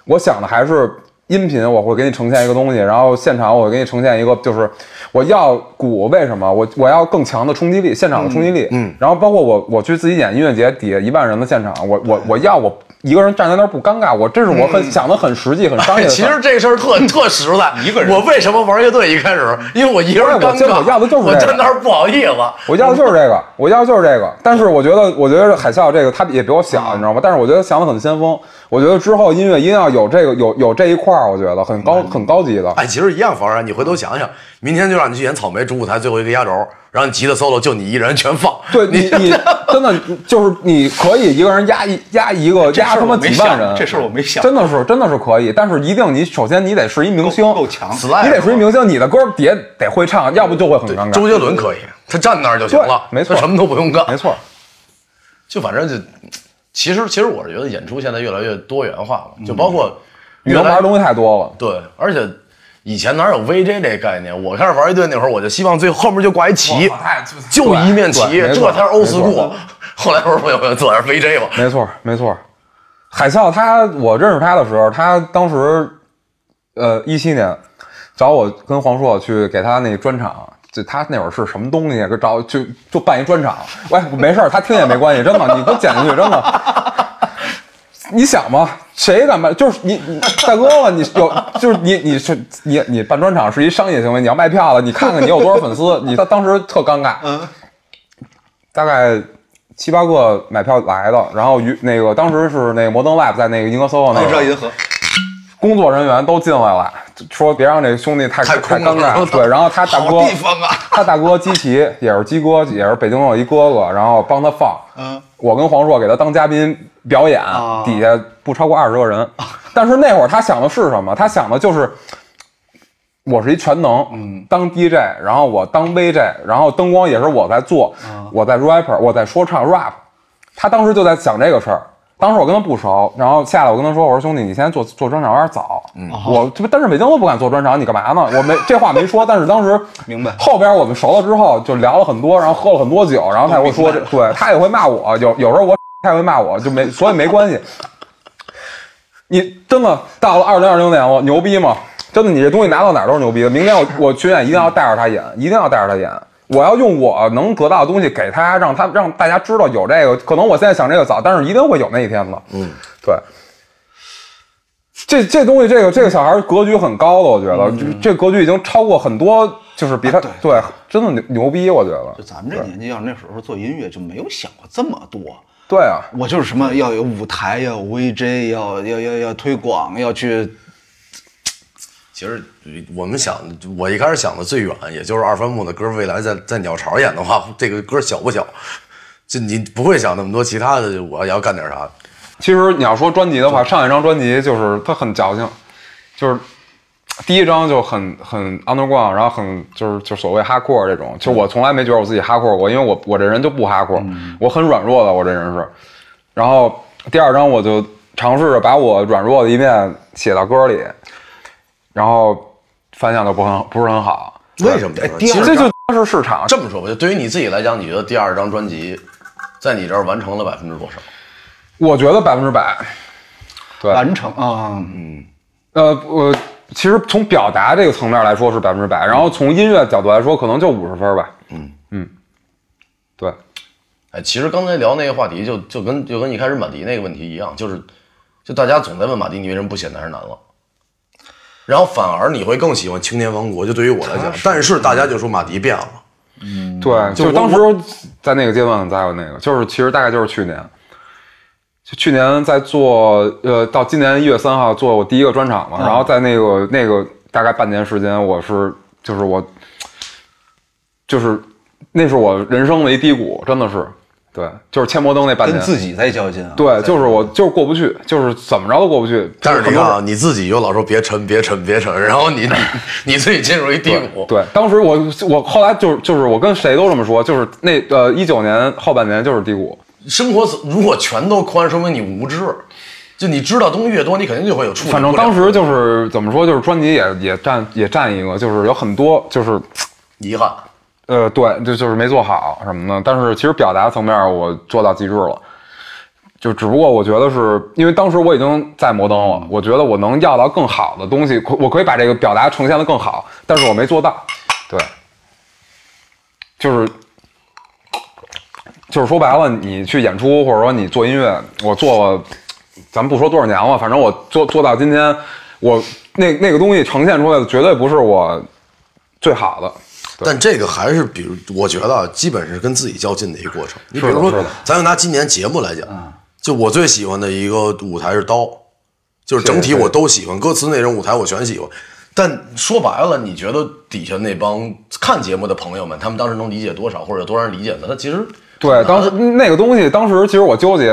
我想的还是。音频我会给你呈现一个东西，然后现场我会给你呈现一个，就是我要鼓为什么我我要更强的冲击力，现场的冲击力，嗯，然后包括我我去自己演音乐节底下一万人的现场，我我我要我一个人站在那儿不尴尬，我这是我很、想的很实际很商业的事哎 其儿。实这事儿特特实在，一个人。我为什么玩乐队？一开始，因为我一人对我尴就尬，我要的就是我这个站那儿不好意思。我要的就是这个，我要的就是这个。但是我觉得，我觉得海啸这个他也比我小，啊你知道吗？但是我觉得想的很先锋。我觉得之后音乐一定要有这个，有有这一块儿，我觉得很高嗯很高级的。哎，其实一样，方然，你回头想想，明天就让你去演草莓主舞台最后一个压轴，然后你吉他 solo 就你一人全放。对你，你 真的就是你可以一个人压一压一个这事压他儿我妈没几万人，想，这事儿我没想，真的是真的是可以，但是一定你首先你得是一明星，够够强你得是一明星，你的歌底下得会唱，要不就会很尴尬。周杰伦可以，他站那儿就行了，对没错他什么都不用干，没。错，就反正就，其实其实我是觉得演出现在越来越多元化了，就包括你越能嗯玩来的东西太多了。对，而且以前哪有 VJ 这概念？我开始玩乐队那会儿，我就希望最后面就挂一旗哇太，就一面旗，对对没这 错才是 old 没错 school。后来我说我要做点 VJ 吧，没错，没错，海啸他，我认识他的时候，他当时，呃，一七年找我跟黄硕去给他那专场，就他那会儿是什么东西，给找就就办一专场。喂，没事儿，他听也没关系，真的，你给我剪进去，真的。你想嘛，谁敢办？就是你，你大哥了，你有就是你，你是你，你办专场是一商业行为，你要卖票了，你看看你有多少粉丝，你他当时特尴尬，嗯大概七八个买票来的，然后于那个当时是那个摩登 Live 在那个银河 SOHO 那哦我知道个银河，工作人员都进来了，说别让这兄弟太太太空尴了尬，对，然后他大哥好地方啊他大哥基奇也是鸡哥，也是北京有一哥哥，然后帮他放，嗯，我跟黄硕给他当嘉宾表演，底下不超过二十个人。但是那会儿他想的是什么？他想的就是我是一全能，嗯，当 DJ，然后我当 VJ，然后灯光也是我在做，我在 rapper，我在说唱 rap。他当时就在想这个事儿。当时我跟他不熟，然后下来我跟他说：“我说兄弟，你现在做做专场有点早，嗯，哦我这不单是北京都不敢做专场，你干嘛呢？”我没这话没说，但是当时明白后边我们熟了之后，就聊了很多，然后喝了很多酒，然后他也会说这，对他也会骂我，有有时候我他也会骂我，就没所以没关系。你真的到了二零二零年，我牛逼吗？真的，你这东西拿到哪儿都是牛逼的。明天我我巡演一定要带着他演，一定要带着他演。我要用我能得到的东西给他，让他让大家知道有这个。可能我现在想这个早，但是一定会有那一天的。嗯，对。这这东西，这个这个小孩儿格局很高的，我觉得、这这格局已经超过很多，就是比他、嗯啊对真的牛牛逼，我觉得就咱们这年纪，要是那时候做音乐，就没有想过这么多。对啊，我就是什么要有舞台，要有 VJ，要要要要推广，要去其实我们想，我一开始想的最远，也就是二番木的歌，未来在在鸟巢演的话，这个歌小不小？就你不会想那么多其他的，我要干点啥？其实你要说专辑的话，上一张专辑就是它很矫情，就是第一张就很很 underground，然后很就是就所谓 hardcore 这种。其实我从来没觉得我自己 hardcore 过，因为我我这人就不 hardcore，、我很软弱的，我这人是。然后第二张我就尝试着把我软弱的一面写到歌里，然后反响就不很不是很好。为什么？其其实实这就当时市场，这么说吧，就对于你自己来讲，你觉得第二张专辑在你这儿完成了百分之多少？我觉得百分之百。对，完成啊。呃，我其实从表达这个层面来说是百分之百，然后从音乐角度来说，可能就五十分吧。嗯嗯，对，哎，其实刚才聊那个话题就，就跟就跟一开始马迪那个问题一样，就是就大家总在问马迪，你为什么不写男人难了？然后反而你会更喜欢青年王国，就对于我来讲，但是大家就说马迪变了，对，就就我当时在那个阶段，在有那个，就是其实大概就是去年，就去年在做，呃，到今年一月三号做我第一个专场嘛，然后在那个那个大概半年时间，我是就是我，就是那是我人生为低谷，真的是，对，就是千摩登那半跟年，自己在较劲啊。对，就是我就是过不去，就是怎么着都过不去，但是很你多看啊，你自己又老说别沉，别沉，别沉，然后 你你你自己进入一低谷，对，当时我我后来就是就是我跟谁都这么说，就是那呃一九年后半年就是低谷，生活如果全都宽，说明你无知。就你知道东西越多，你肯定就会有处理不反了的。正当时就是怎么说，就是专辑也也占也占一个，就是有很多就是遗憾，呃对，就就是没做好什么的。但是其实表达层面我做到极致了，就只不过我觉得是因为当时我已经在摩登了，我觉得我能要到更好的东西，可我可以把这个表达呈现的更好，但是我没做到，对，就是就是说白了，你去演出或者说你做音乐，我做了，咱们不说多少年了，反正我做做到今天，我那那个东西呈现出来的绝对不是我最好的。但这个还是比如，我觉得啊，基本是跟自己较劲的一个过程。你比的如是说的，嗯咱就拿今年节目来讲，就我最喜欢的一个舞台是刀，就是整体对对我都喜欢，歌词内容、舞台我全喜欢。但说白了，你觉得底下那帮看节目的朋友们，他们当时能理解多少，或者有多少人理解呢？他其实对，当时嗯那个东西，当时其实我纠结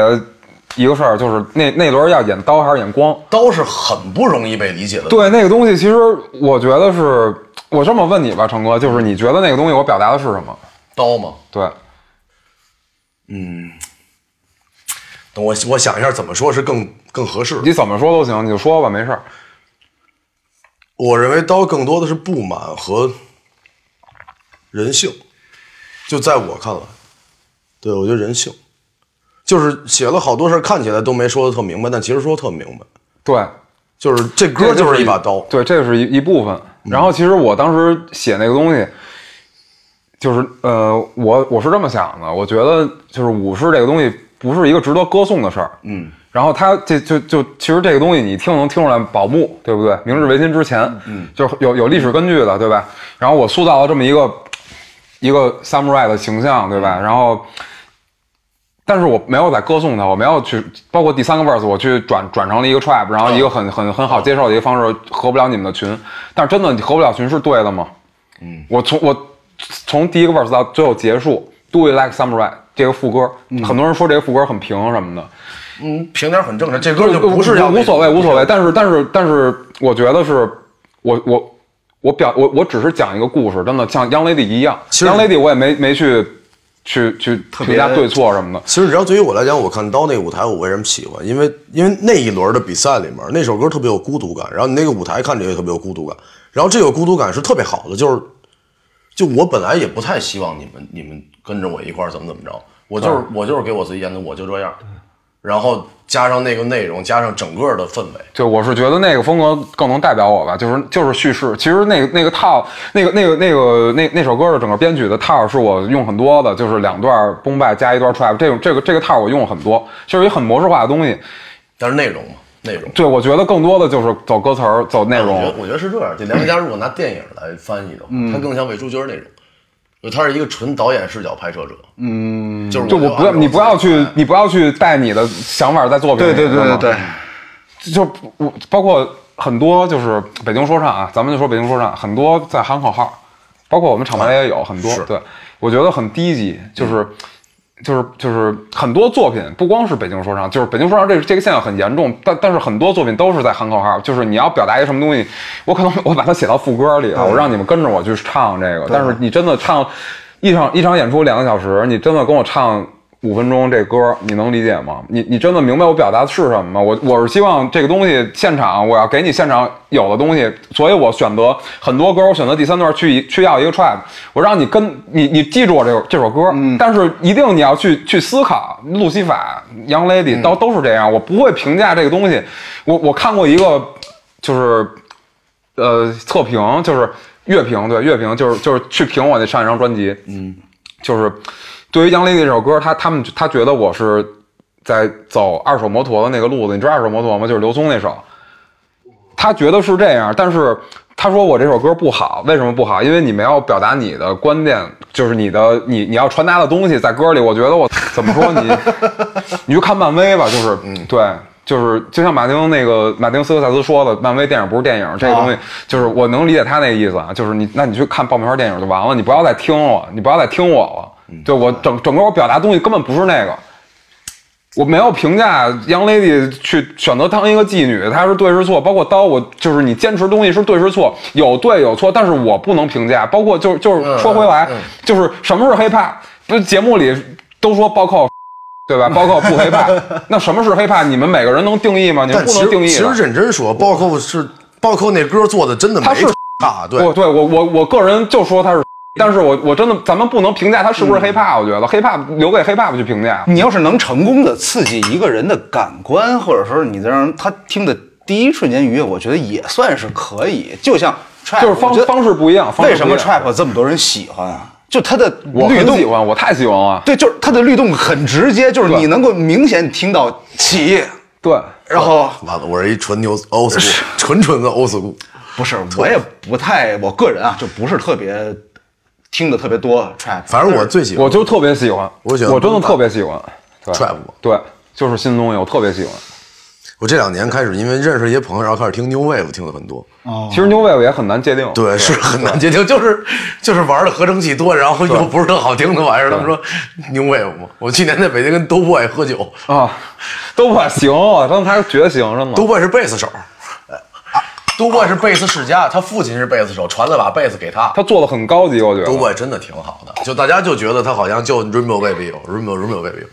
一个事儿，就是那那轮要演刀还是演光。刀是很不容易被理解的。对，那个东西其实我觉得是，我这么问你吧，成哥，就是你觉得那个东西我表达的是什么？刀嘛，对，等我我想一下怎么说是更更合适。你怎么说都行，你就说吧，没事儿。我认为刀更多的是不满和人性，就在我看来，对我觉得人性，就是写了好多事儿，看起来都没说的特明白，但其实说得特明白。对，就是这歌就是一把刀，嗯对，这是一一部分。然后其实我当时写那个东西，就是呃，我我是这么想的，我觉得就是武士这个东西不是一个值得歌颂的事儿，嗯。然后他这就就其实这个东西你听能听出来保木对不对？明治维新之前，嗯，就是有有历史根据的，对吧？然后我塑造了这么一个一个 samurai 的形象，对嗯吧？然后。但是我没有在歌颂他，我没有去，包括第三个 verse，我去转转成了一个 trap，然后一个很很很好接受的一个方式，合不了你们的群。但是真的，你合不了群是对的吗？嗯，我从我从第一个 verse 到最后结束，Do it like samurai 这个副歌，很多人说这个副歌很平什么的，嗯，平点儿很正常。这歌就不是无要无所谓无所谓，但是但是但是，我觉得是，我我我表我我只是讲一个故事，真的像 Young Lady 一样实，Young Lady 我也没没去去去评价对错什么的，其实你知道，对于我来讲，我看刀那个舞台，我为什么喜欢？因为因为那一轮的比赛里面，那首歌特别有孤独感，然后你那个舞台看着也特别有孤独感，然后这个孤独感是特别好的，就是就我本来也不太希望你们你们跟着我一块儿怎么怎么着，我就是、我就是给我自己演的，我就这样，然后加上那个内容，加上整个的氛围，对，我是觉得那个风格更能代表我吧，就是就是叙事。其实那个那个套，那个那个那个那那首歌的整个编曲的套是我用很多的，就是两段崩败加一段 trap，这种这个这个套我用了很多，就是一个很模式化的东西。但是内容嘛，内容。对，我觉得更多的就是走歌词儿，走内啊我觉容得。我觉得是这样，这梁家佳如果拿电影来翻译的话，他更像韦淑娟那种，就他是一个纯导演视角拍摄者，嗯，就是就我就不按要照你不要自己的去你不要去带你的想法在作品里，知道吗，就我包括很多就是北京说唱啊，咱们就说北京说唱，很多在喊口号，包括我们厂牌也有很多。对，我觉得很低级，就是、就是就是很多作品不光是北京说唱，就是北京说唱这这个现象很严重，但但是很多作品都是在喊口号，就是你要表达一个什么东西，我可能 我把它写到副歌里了，我让你们跟着我去唱这个，但是你真的唱一场一场演出两个小时，你真的跟我唱。五分钟这歌，你能理解吗？你你真的明白我表达的是什么吗？我我是希望这个东西现场，我要给你现场有的东西，所以我选择很多歌，我选择第三段去一去要一个 trap，我让你跟你你记住我这这首歌，但是一定你要去去思考，路西法、Young Lady 都、都是这样，我不会评价这个东西。我我看过一个就是呃测评，就是乐评，对乐评就是就是去评我那上一张专辑，嗯，就是对于杨丽丽这首歌，他他们他觉得我是在走二手摩托的那个路子，你知道二手摩托吗？就是刘聪那首，他觉得是这样，但是他说我这首歌不好，为什么不好？因为你没有表达你的观点，就是你的你你要传达的东西在歌里，我觉得我怎么说你，你就看漫威吧，就是、对。就是就像马丁那个马丁斯科塞斯说的，漫威电影不是电影，这个东西就是我能理解他那个意思啊，就是你那你去看爆米花电影就完了，你不要再听我，你不要再听我了，对我整整个我表达东西根本不是那个，我没有评价杨 lady 去选择当一个妓女，她是对是错，包括刀，我就是你坚持东西是对是错，有对有错，但是我不能评价。包括就是就是说回嗯来，就是什么是 hiphop，不是节目里都说包括对吧？包括不 hiphop，那什么是 hiphop？你们每个人能定义吗？你们但不其能实定义其的。实认真说，暴扣是暴扣那歌做的真的没他是差，对我对我我我个人就说他是，但是我我真的咱们不能评价他是不是 hiphop，、我觉得 hiphop 留给 hiphop 去评价。你要是能成功的刺激一个人的感官，或者说你再让他听的第一瞬间愉悦，我觉得也算是可以。就像 trap，就是方我觉得方式不一样方为式不一什样么 trap 这么多人喜欢啊？就它的我律很动喜，欢，我太喜欢了。对，就是它的律动很直接，就是对你能够明显听到起，对，然后完了，我是一纯牛 old school，纯 纯的 old school。不是，我也不太，我个人啊，就不是特别听的特别多 trap，反正我最喜欢我就特别喜欢，我喜欢真的特别喜欢对 trap 对，就是新东西，我特别喜欢。我这两年开始，因为认识一些朋友，然后开始听 new wave，听的很多。其实 New Wave 也很难界定，对，是很难界定，就是就是玩的合成器多，然后又不是特好听的玩意儿。他们说 new wave 嘛，我去年在北京跟 d o b o y 喝酒啊，都不行，啊我刚才觉得行真的 d o b o y 是贝斯手。d o b o y 是贝斯世家，他父亲是贝斯手，传了把贝斯给他。他做的很高级，我觉 d o 得。 b o y 真的挺好的，就大家就觉得他好像哎就 Rainbow Baby 有 Rainbow Rainbow Baby 有。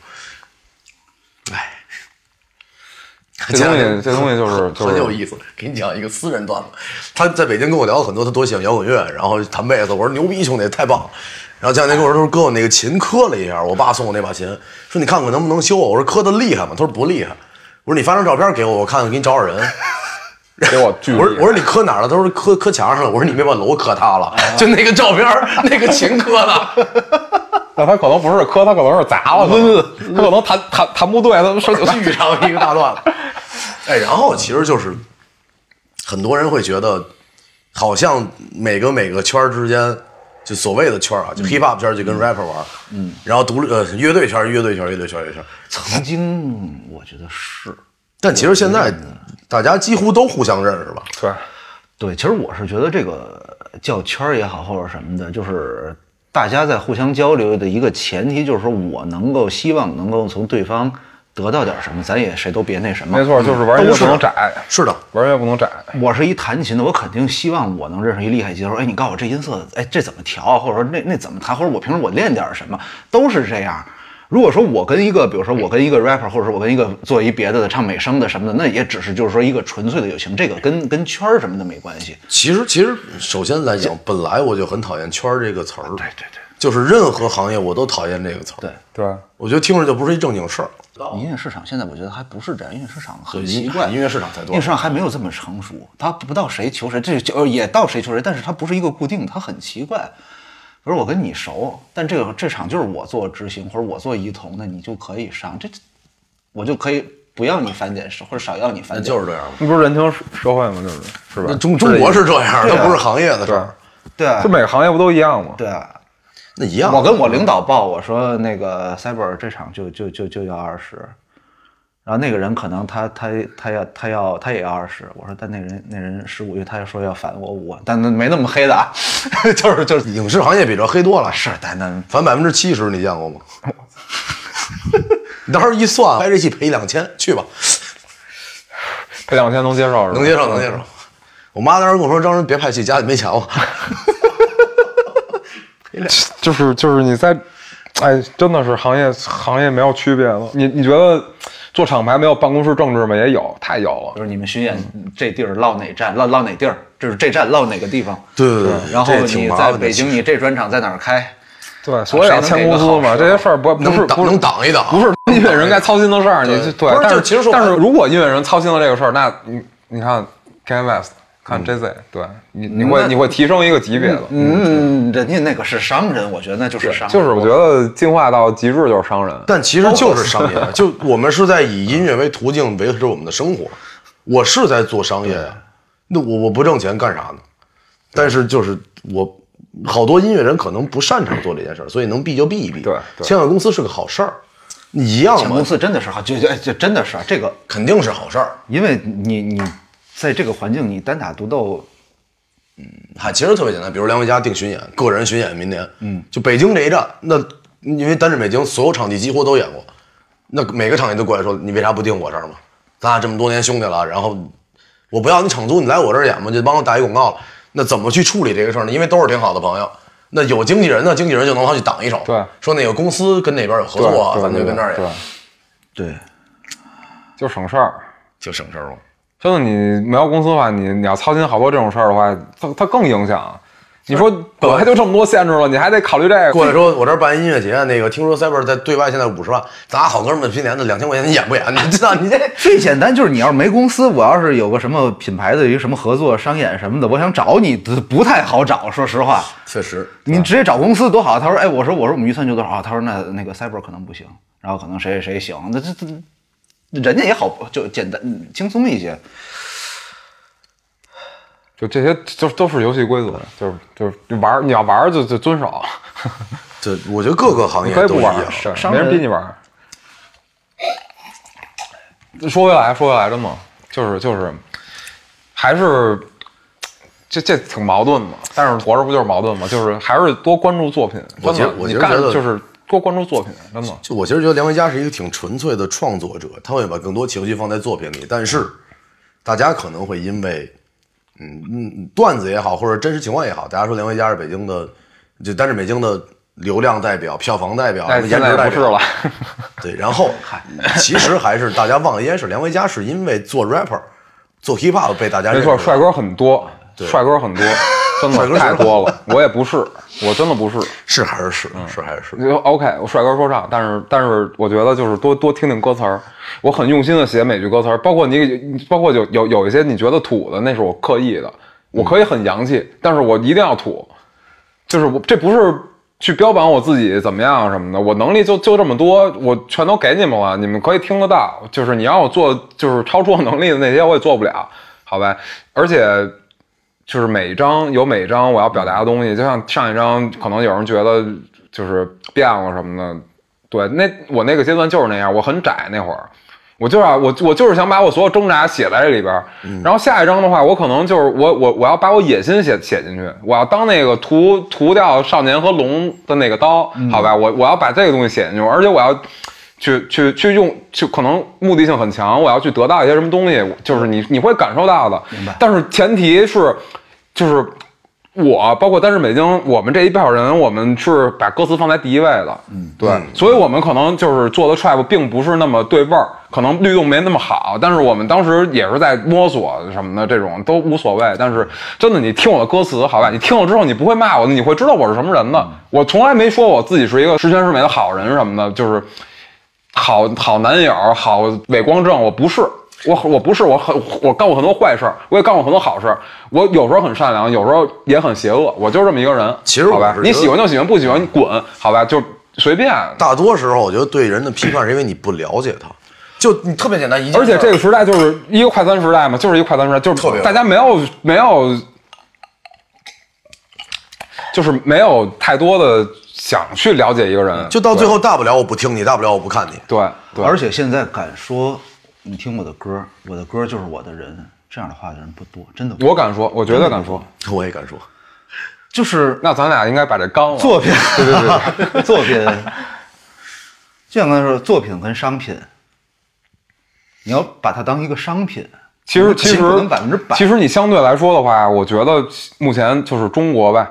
这东西这东西就是就很有是意思。给你讲一个私人段子，他在北京跟我聊了很多，他多喜欢摇滚乐，然后弹贝斯，我说牛逼兄弟，太棒了。然后前两天跟我说，他说哥，我那个琴磕了一下，我爸送我那把琴，说你看看能不能修啊？我说磕的厉害吗？他说不厉害。我说你发张照片给我，我看看，给你找找人。给我巨我说厉害我说你磕哪儿了？他说磕磕墙上了。我说你别把楼磕塌了，就那个照片儿，那个琴磕的。那他可能不是磕，他可能是砸了，他可能弹弹弹不对，他手有巨长一个大 段子。哎，然后其实就是很多人会觉得，好像每个每个圈儿之间，就所谓的圈儿啊，就 hip hop 圈儿就跟 rapper 玩，嗯，然后独立呃乐队圈儿乐队圈儿乐队圈儿乐队圈儿，曾经我觉得是但其实现在大家几乎都互相认识吧？对，对，其实我是觉得这个叫圈儿也好，或者什么的，就是大家在互相交流的一个前提，就是说我能够希望能够从对方得到点什么，咱也谁都别那什么。嗯没错，就是玩音乐不能窄，是的，玩音乐不能窄。我是一弹琴的，我肯定希望我能认识一厉害吉他手。哎，你告诉我这音色，哎，这怎么调啊？或者说那那怎么弹？或者我平时我练点什么，都是这样。如果说我跟一个，比如说我跟一个 rapper，或者说我跟一个做一别的的唱美声的什么的，那也只是就是说一个纯粹的友情，这个跟跟圈儿什么的没关系。其实其实首先来讲，本来我就很讨厌“圈儿”这个词儿，对对对，就是任何行业我都讨厌这个词儿，对，对，我觉得听着就不是一正经事儿。音乐市场现在我觉得还不是这样，音乐市场很对奇怪，音音乐市场才多音乐市场还没有这么成熟，它不到谁求谁，这就呃也到谁求谁，但是它不是一个固定，它很奇怪。比如我跟你熟，但这个这场就是我做执行或者我做一同的，你就可以上，这我就可以不要你返点，或者少要你返那点，哎就是这样嘛。那不是人情社会吗？就是是吧？中中国是这样，对啊它不是行业的事对儿。，对啊就每个行业不都一样吗？对啊。那一样。我跟我领导报，我说那个 Cyber 这场就就就就要二十，然后那个人可能他他他要他要他也要二十，我说但那人那人十五，因为他说要返我五万，但那没那么黑的啊， 就是就是影视行业比这黑多了，是，但那返百分之七十，你见过吗？ 你到时候一算，拍这戏赔两千，去吧，这两天能接受是吧？能接受，能接受。我妈当时跟我说：“张仁别拍戏，家里没钱 了。就是就是你在，哎，真的是行业行业没有区别了。你你觉得做厂牌没有办公室政治吗？也有，太有了比。如你们巡演这地儿落哪站落落哪地儿，就是这站落哪个地方，对对对然后这挺你麻在烦的北京你这专场在哪儿开，对，所以要签公司嘛，这些事儿不不是啊能挡不是能挡一啊挡 不是音乐人该操心的事儿，你就对不是。但就其实说但是如果音乐人操心了这个事儿，那你你看 Kanye West，看嗯 Jay Z，对你你会你会提升一个级别的。嗯，人家那个是商人，我觉得那就是商人，就是我觉得进化到极致就是商人”，但其实就是商业， 就我们是在以音乐为途径维持我们的生活。我是在做商业呀，那我我不挣钱干啥呢？但是就是我好多音乐人可能不擅长做这件事儿，所以能避就避一避。对对签个公司是个好事儿，一样前嘛公，司真的是好，就就就真的是啊这个。肯定是好事儿。因为你你在这个环境，你单打独斗，嗨，其实特别简单，比如梁维嘉定巡演，个人巡演明年，嗯，就北京这一站，那因为单是北京所有场地几乎都演过，那每个场地都过来说你为啥不定我这儿嘛？咱俩这么多年兄弟了，然后我不要你场租，你来我这儿演嘛，就帮我打一广告了。那怎么去处理这个事儿呢？因为都是挺好的朋友，那有经纪人呢，经纪人就能帮去挡一手，对说哪个公司跟哪边有合对作啊，对咱就跟这儿对演对，对，就省事儿。就省事儿了。真的，你没有公司的话，你你要操心好多这种事儿的话，它它更影响。你说本来就这么多限制了，你还得考虑这个。过来说，我这儿办音乐节，啊那个听说 Cyber 在对外现在五十万，咱俩好哥们儿拼点子，两千块钱你演不演？你知道你这最简单就是你要是没公司，我要是有个什么品牌的一个什么合作、商演什么的，我想找你不不太好找，说实话，确实你直接找公司多好。他说，哎，我说我说我们预算就多少啊？他说那那个 Cyber 可能不行，然后可能谁谁谁行，那这这人家也好，就简单嗯轻松一些。就这些，就都是游戏规则，就是就是玩儿，你要玩儿就就遵 守，这我觉得各个行你业可以都不一玩样儿，。是商没人人逼你玩儿。说回来，说回来，真的，就是就是，还是这这挺矛盾的，但是活着不就是矛盾吗？就是还是多关注作品。我觉真得的我你觉得干觉得啊就是多关注作品，真的。就我其实觉得梁文佳是一个挺纯粹的创作者，他会把更多情绪放在作品里，但是大家可能会因为，嗯嗯，段子也好，或者真实情况也好，大家说梁文佳是北京的，就单是北京的流量代表、票房代表、哎，什么现颜值在代不是表。了，对，然后嗨，其实还是大家忘了一件事，梁维嘉是因为做 rapper、做 hip hop 被大家没错，认识的帅哥很多，帅 哥很多，真帅哥的是太多了。我也不是，我真的不是。是还是是是还是是。就 OK，我帅哥说唱，但是但是我觉得就是多多听听歌词儿，我很用心的写每句歌词儿，包括你，包括有有有一些你觉得土的，那是我刻意的，我可以很洋气，但是我一定要土，就是我这不是去标榜我自己怎么样什么的，我能力就就这么多，我全都给你们了，你们可以听得到，就是你让我做就是超出我能力的那些我也做不了，好吧，而且就是每一章有每一章我要表达的东西，就像上一章可能有人觉得就是变了什么的，对，那我那个阶段就是那样，我很窄那会儿，我就要、我我就是想把我所有挣扎写在这里边儿，然后下一章的话，我可能就是我我我要把我野心写写进去，我要当那个屠屠掉少年和龙的那个刀，好吧，我我要把这个东西写进去，而且我要。去去去用，去可能目的性很强，我要去得到一些什么东西，就是你你会感受到的。明白。但是前提是，就是我包括单是北京，我们这一票人，我们是把歌词放在第一位的。嗯，对。所以我们可能就是做的 trap 并不是那么对味儿，可能律动没那么好，但是我们当时也是在摸索什么的，这种都无所谓。但是真的，你听我的歌词，好吧，你听了之后你不会骂我的，你会知道我是什么人的。嗯我从来没说我自己是一个十全十美的好人什么的，就是。好好男友、好伪光正，我不是，我我不是，我很我干过很多坏事儿，我也干过很多好事儿，我有时候很善良，有时候也很邪恶，我就是这么一个人。其实我好吧是觉，得你喜欢就喜欢，不喜欢你滚，好吧，就随便。大多时候，我觉得对人的批判是因为你不了解他，就你特别简单一件事儿。而且这个时代就是一个快餐时代嘛，就是一个快餐时代，就特别是大家没有没有，就是没有太多的想去了解一个人，就到最后，大不了我不听你，大不了我不看你。对对，而且现在敢说，你听我的歌，我的歌就是我的人，这样的话的人不多，真的不多。我敢说，我绝对敢说。我也敢说，就是那咱俩应该把这刚了作品，哦对对对。作品，就像刚才说，作品跟商品，你要把它当一个商品，其实其实不能百分之百其实你相对来说的话，我觉得目前就是中国吧，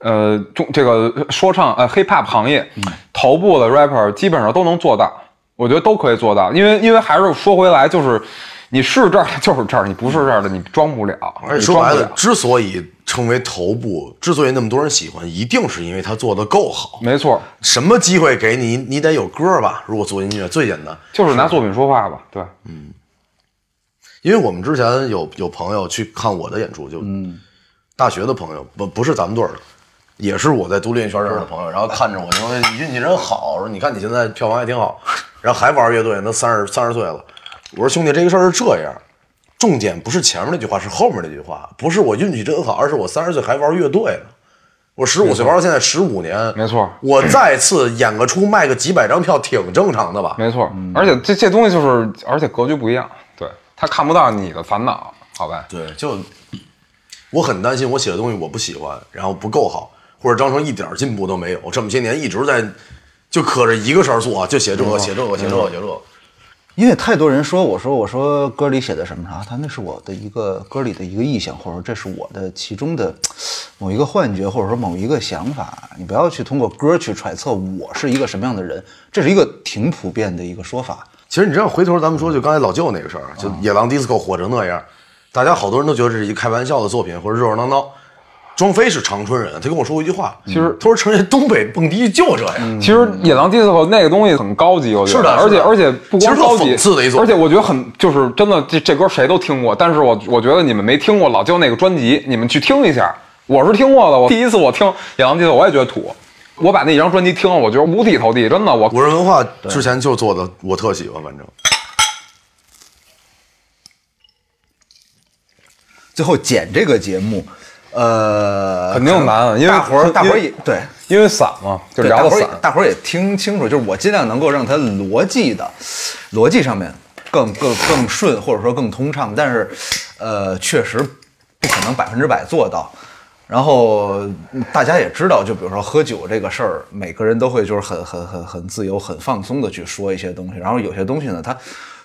呃，中这个说唱呃 hip hop 行业、嗯头部的 rapper 基本上都能做到，我觉得都可以做到，因为因为还是说回来就是。你是这儿的 就是这儿，你不是这儿的你装不了。而且你说装白不了了，，之所以成为头部，之所以那么多人喜欢，一定是因为他做的够好。没错，什么机会给你，你得有歌吧？如果做音乐最简单，就是拿作品说话吧。对，因为我们之前有有朋友去看我的演出，就嗯大学的朋友，不不是咱们队儿的，也是我在独立音乐圈认识的朋友，然后看着我说你运气真好，说你看你现在票房还挺好，然后还玩乐队，那三十三十岁了，我说兄弟这个事儿是这样。重点不是前面那句话，是后面那句话。不是我运气真好，而是我三十岁还玩乐队呢。我十五岁玩到现在十五年，没错我再次演个出，卖个几百张票，挺正常的吧？没错。嗯而且这这东西就是，而且格局不一样，对他看不到你的烦恼，好吧？对，就我很担心我写的东西我不喜欢，然后不够好，或者张成一点儿进步都没有。这么些年一直在就可着一个事儿做，就写这个写这个写这个写这个。因为太多人说我说我说歌里写的什么啥，他那是我的一个歌里的一个意象，或者说这是我的其中的某一个幻觉，或者说某一个想法。你不要去通过歌去揣测我是一个什么样的人，这是一个挺普遍的一个说法。其实你知道，回头咱们说就刚才老舅那个事儿，就野狼 disco 火成那样，大家好多人都觉得这是一个开玩笑的作品，或者热热闹闹。庄飞是长春人，他跟我说过一句话，其实嗯他说成人东北蹦迪就这样。其实野狼 disco 那个东西很高级，我觉得，嗯是的而是且的而且不光高其实级，特讽刺的一种而且我觉得很就是真的，这这歌谁都听过，但是我我觉得你们没听过老焦那个专辑，你们去听一下，我是听过的，我第一次我听野狼 disco 我也觉得土，我把那张专辑听了，我觉得五体投地，真的我五人文化之前就做的，我特喜欢，反正最后剪这个节目，呃，肯定难因为大伙儿大伙儿因也对。因为散嘛，就对聊大的伙儿散也，大伙儿也听清楚，就是我尽量能够让它逻辑的，逻辑上面更更更顺，或者说更通畅，但是，呃，确实不可能百分之百做到。然后嗯大家也知道，就比如说喝酒这个事儿，每个人都会就是很很很很自由、很放松的去说一些东西。然后有些东西呢，它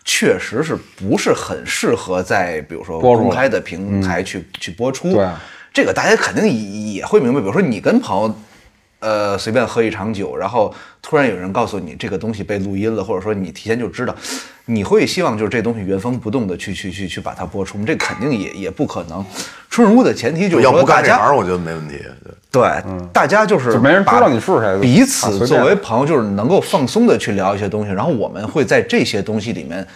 确实是不是很适合在比如说播出公来开的嗯平台去、去播出。对啊这个大家肯定也也会明白。比如说你跟朋友呃，随便喝一场酒，然后突然有人告诉你这个东西被录音了，或者说你提前就知道，你会希望就是这东西原封不动的去去去去把它播出吗？这肯定也也不可能。春日屋的前提就是要说不大干这家行，我觉得没问题。对对，大家就是嗯就没人知道你是谁把就彼啊随此便作为朋友，就是能够放松的去聊一些东西，然后我们会在这些东西里面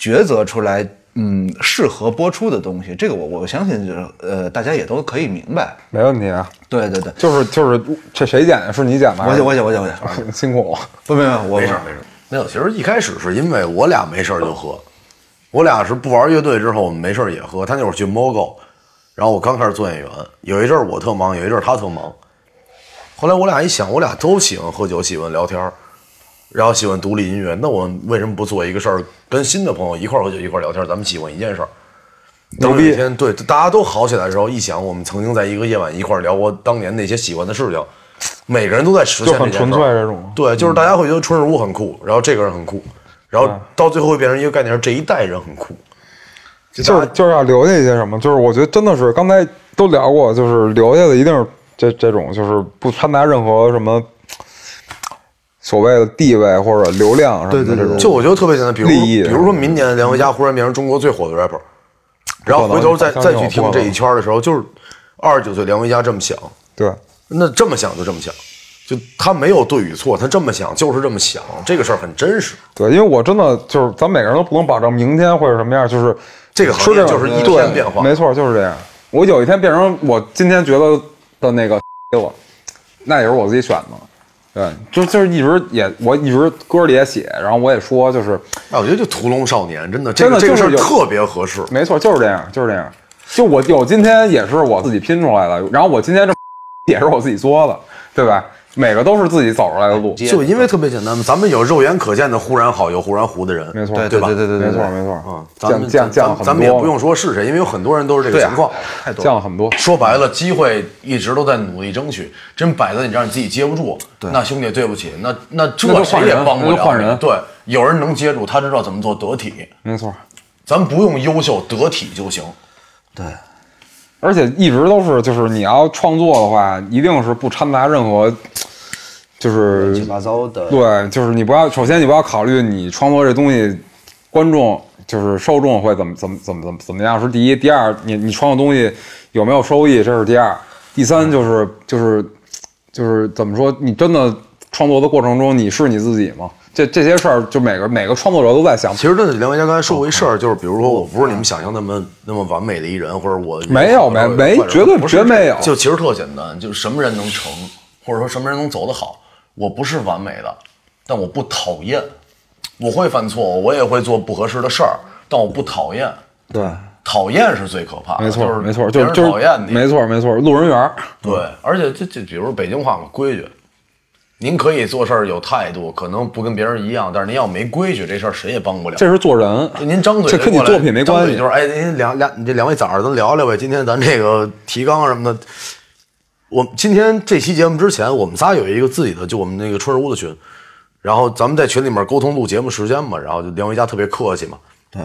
抉择出来，嗯，适合播出的东西。这个我我相信就是呃，大家也都可以明白。没问题啊。对对对，就是就是，这谁剪的？是你剪吗？我姐我姐我姐我姐，辛苦了。不不不，我没事儿没事儿，没有。其实一开始是因为我俩没事儿就喝，我俩是不玩乐队之后，我们没事儿也喝。他那会儿去 MOGO，然后我刚开始做演员，有一阵儿我特忙，有一阵儿他特忙。后来我俩一想，我俩都喜欢喝酒，喜欢聊天儿，然后喜欢独立音乐，那我们为什么不做一个事儿，跟新的朋友一块儿喝酒，一块儿聊天儿？咱们喜欢一件事儿。牛当逼有一天对大家都好起来的时候，一想我们曾经在一个夜晚一块儿聊过当年那些喜欢的事情，每个人都在实现就很这嗯件事儿纯粹这种对，就是大家会觉得春日屋很酷，然后这个人很酷，然后到最后会变成一个概念，是这一代人很酷。就是就是要留下一些什么，就是我觉得真的是刚才都聊过，就是留下的一定是这这种，就是不掺杂任何什么所谓的地位或者流量什么的这种。嗯就我觉得特别简单，比如利益比如说明年梁回家忽然变成中国最火的 rapper，然嗯后回头再不可再能去听这一圈的时候，就是二十九岁梁回家这么想，对，那这么想就这么想，就他没有对与错，他这么想就是这么想，这个事儿很真实。对，因为我真的就是咱每个人都不能保证明天会是什么样，就是这个行说业这就是一对天变化没错，就是这样。我有一天变成我今天觉得的那个 了，那也是我自己选的。对，就就是一直也我一直歌里也写，然后我也说，就是哎，我觉得就屠龙少年真的这真个的这个事就是儿有特别合适。没错，就是这样，就是这样。就我有今天也是我自己拼出来的，然后我今天这也是我自己作的，对吧？每个都是自己走出来的路，就因为特别简单，咱们有肉眼可见的忽然好又忽然糊的人，没错，对对吧对对没对错，对，没嗯错。，咱们降降咱咱降很多，啊咱们也不用说是谁，因为有很多人都是这个情况。太多了。降了很多。说白了，机会一直都在努力争取，真摆在你这儿，你自己接不住，那兄弟对不起，那那那这就换谁也人帮不那了就换人你对，有人能接住，他知道怎么做得体，没错，咱不用优秀，得体就行。而且一直都是，就是你要创作的话，一定是不掺杂任何，就是乱七八糟的对，就是你不要，首先你不要考虑你创作这东西，观众就是受众会怎么怎么怎么怎么怎么样是第一，第二，你你创作东西有没有收益，这是第二，第三就是、就是就是怎么说，你真的创作的过程中你是你自己吗？这这些事儿就每个每个创作者都在想，其实呢，梁文佳刚才说过哦一事儿，就是比如说，我不是你们想象那么那么完美的一人，或者我没有没没绝对绝没有就其实特简单，就是什么人能成，或者说什么人能走得好。我不是完美的，但我不讨厌，我会犯错，我也会做不合适的事儿，但我不讨厌。对，讨厌是最可怕的，没错、啊就是没错，别就人就是讨厌你，没错没错，路人缘儿。对，而且这这，比如北京话嘛，规矩。您可以做事儿有态度，可能不跟别人一样，但是您要没规矩，这事儿谁也帮不了。这是做人，您张嘴这就跟你过来作品没关张嘴系就。是哎，您两两，你这两位早上咱聊聊呗。今天咱这个提纲什么的，我们今天这期节目之前，我们仨有一个自己的，就我们那个春日屋的群，然后咱们在群里面沟通录节目时间嘛，然后就梁维嘉特别客气嘛，对，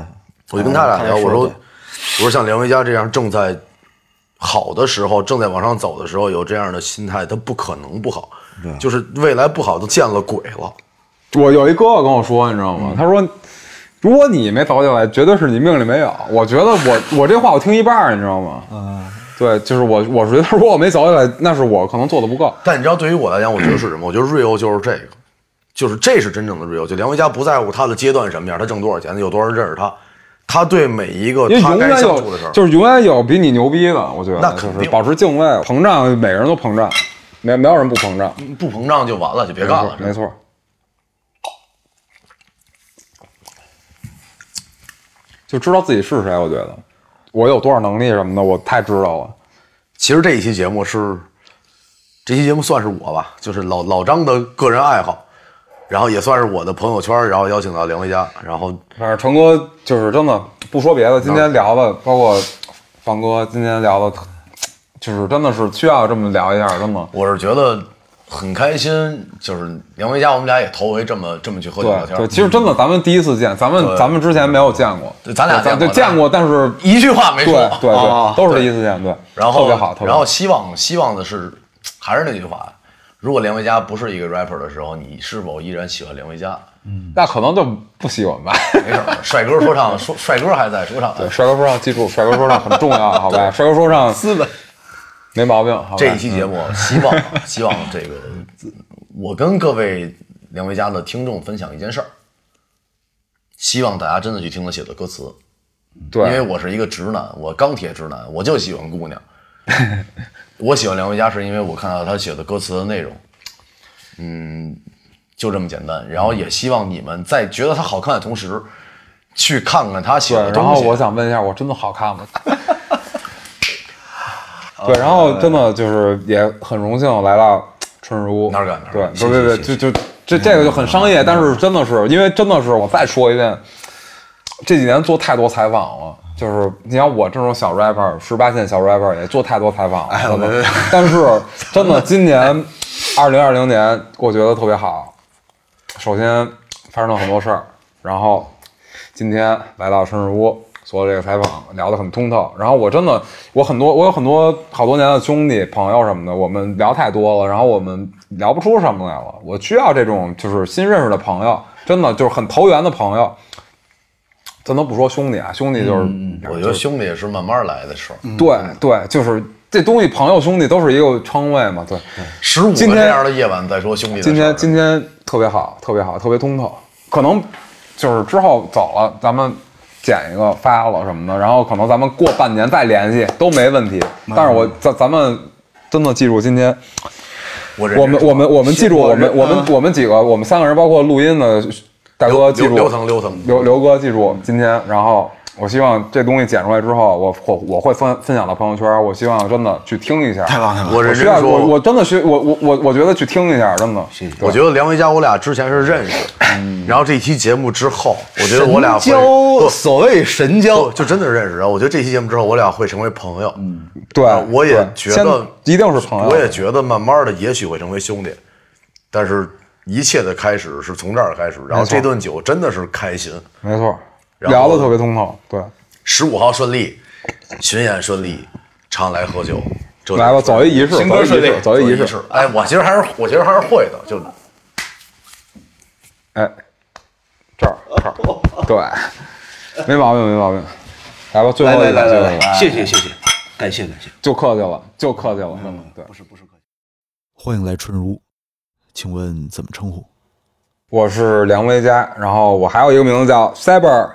我就跟哦他俩嗯聊，他也我说说对我说像梁维嘉这样正在好的时候，正在往上走的时候，有这样的心态，他不可能不好，就是未来不好都见了鬼了。我有一哥哥跟我说，你知道吗？嗯他说，如果你没走起来，绝对是你命里没有。我觉得我 我这话我听一半儿，你知道吗？嗯，对，就是我我觉得 如果我没走起来，那是我可能做的不够。但你知道，对于我来讲，我觉得是什么？我觉得 real 就是这个，就是这是真正的 real。就梁维嘉不在乎他的阶段什么样，他挣多少钱，有多少人认识他，他对每一个因为他永该远相有处的事儿，，就是永远有比你牛逼的，我觉得那就肯定是保持敬畏，膨胀，每个人都膨胀，没没有人不膨胀，不膨胀就完了，就别没干错了。，没错。就知道自己是谁，我觉得我有多少能力什么的，我太知道了。其实这一期节目是，这期节目算是我吧，就是老老张的个人爱好，然后也算是我的朋友圈，然后邀请到梁维嘉，然后反正成哥就是真的，不说别的，今天聊的，包括方哥今天聊的，就是真的是需要这么聊一下，真的。我是觉得很开心，就是梁维嘉，我们俩也头回这么这么去喝酒聊对天对，。其实真的，咱们第一次见，咱们咱们之前没有见过，对咱俩对咱对见见过，但是一句话没对说，对啊对，都是第一次见，对，然后特别好，特别然后好。希望希望的是，还是那句话，如果连维嘉不是一个 rapper 的时候，你是否依然喜欢连维嘉？那可能就不喜欢吧。没事儿，帅哥说唱，说帅哥还在说唱。对， 帅哥说唱，记住，帅哥说唱很重要，好吧？帅哥说唱资本。没毛病，好吧？这一期节目，希望希望这个，我跟各位梁维嘉的听众分享一件事儿，希望大家真的去听他写的歌词，因为对，我是一个直男，我钢铁直男，我就喜欢 姑娘。我喜欢梁维嘉是因为我看到他写的歌词的内容，嗯，就这么简单。然后也希望你们在觉得他好看的同时，去看看他写对的。东西。啊然后我想问一下，我真的好看吗？ 对，然后真的就是也很荣幸来到春日屋。哪儿敢哪儿对敢，对对谢谢嗯对，就就这这个就很商业，但是真的是因为真的是我再说一遍，这几年做太多采访了。就是你像我这种小 rapper，十八线小 rapper 也做太多采访了，哎真的但是真的今年二零二零年，我觉得特别好。首先发生了很多事儿，然后今天来到春日屋做这个采访，聊得很通透。然后我真的，我很多，我有很多好多年的兄弟朋友什么的，我们聊太多了，然后我们聊不出什么来了。我需要这种就是新认识的朋友，真的就是很投缘的朋友。咱都不说兄弟啊，兄弟就是，嗯我觉得兄弟也是慢慢来的事儿。对对，就是这东西，朋友兄弟都是一个称谓嘛。对，十五个今天这样的夜晚再说兄弟的事儿。今天今天特别好，特别好，特别通透。可能就是之后走了，咱们剪一个发了什么的，然后可能咱们过半年再联系都没问题。但是我咱咱们真的记住今天，我认我们识我们我们记住我我们认我们我们几个我们三个人，包括录音的大哥，记住刘腾刘腾刘刘哥，记住今天，然后我希望这东西剪出来之后，我我我会分分享到朋友圈，我希望真的去听一下。太棒太棒！我我认需真要说，我我真的需我我我我觉得去听一下，真的。谢谢我觉得梁维嘉我俩之前是认识，嗯然后这期节目之后，我觉得我俩会神交啊不所谓神交不，就真的认识。然后我觉得这期节目之后，我俩会成为朋友。对啊，我也对觉得先一定是朋友。我也觉得慢慢的也许会成为兄弟，但是一切的开始是从这儿开始。然后没错这顿酒真的是开心，没错，然聊后的特别通透。对，十五号顺利，巡演顺利，常来喝酒。这来吧，就是走一仪式，行走歌一仪顺利式，走一仪式。式。哎，我其实还是我其实还是会的，就哎，这儿 这儿，对，没毛病，没毛病。来吧，最来后来一个，来最后来一个，来，谢谢谢谢，感谢感谢。就客气了，就客气了，真的。对，是不是客气。欢迎来春如，请问怎么称呼？我是梁维嘉，然后我还有一个名字叫 Cyber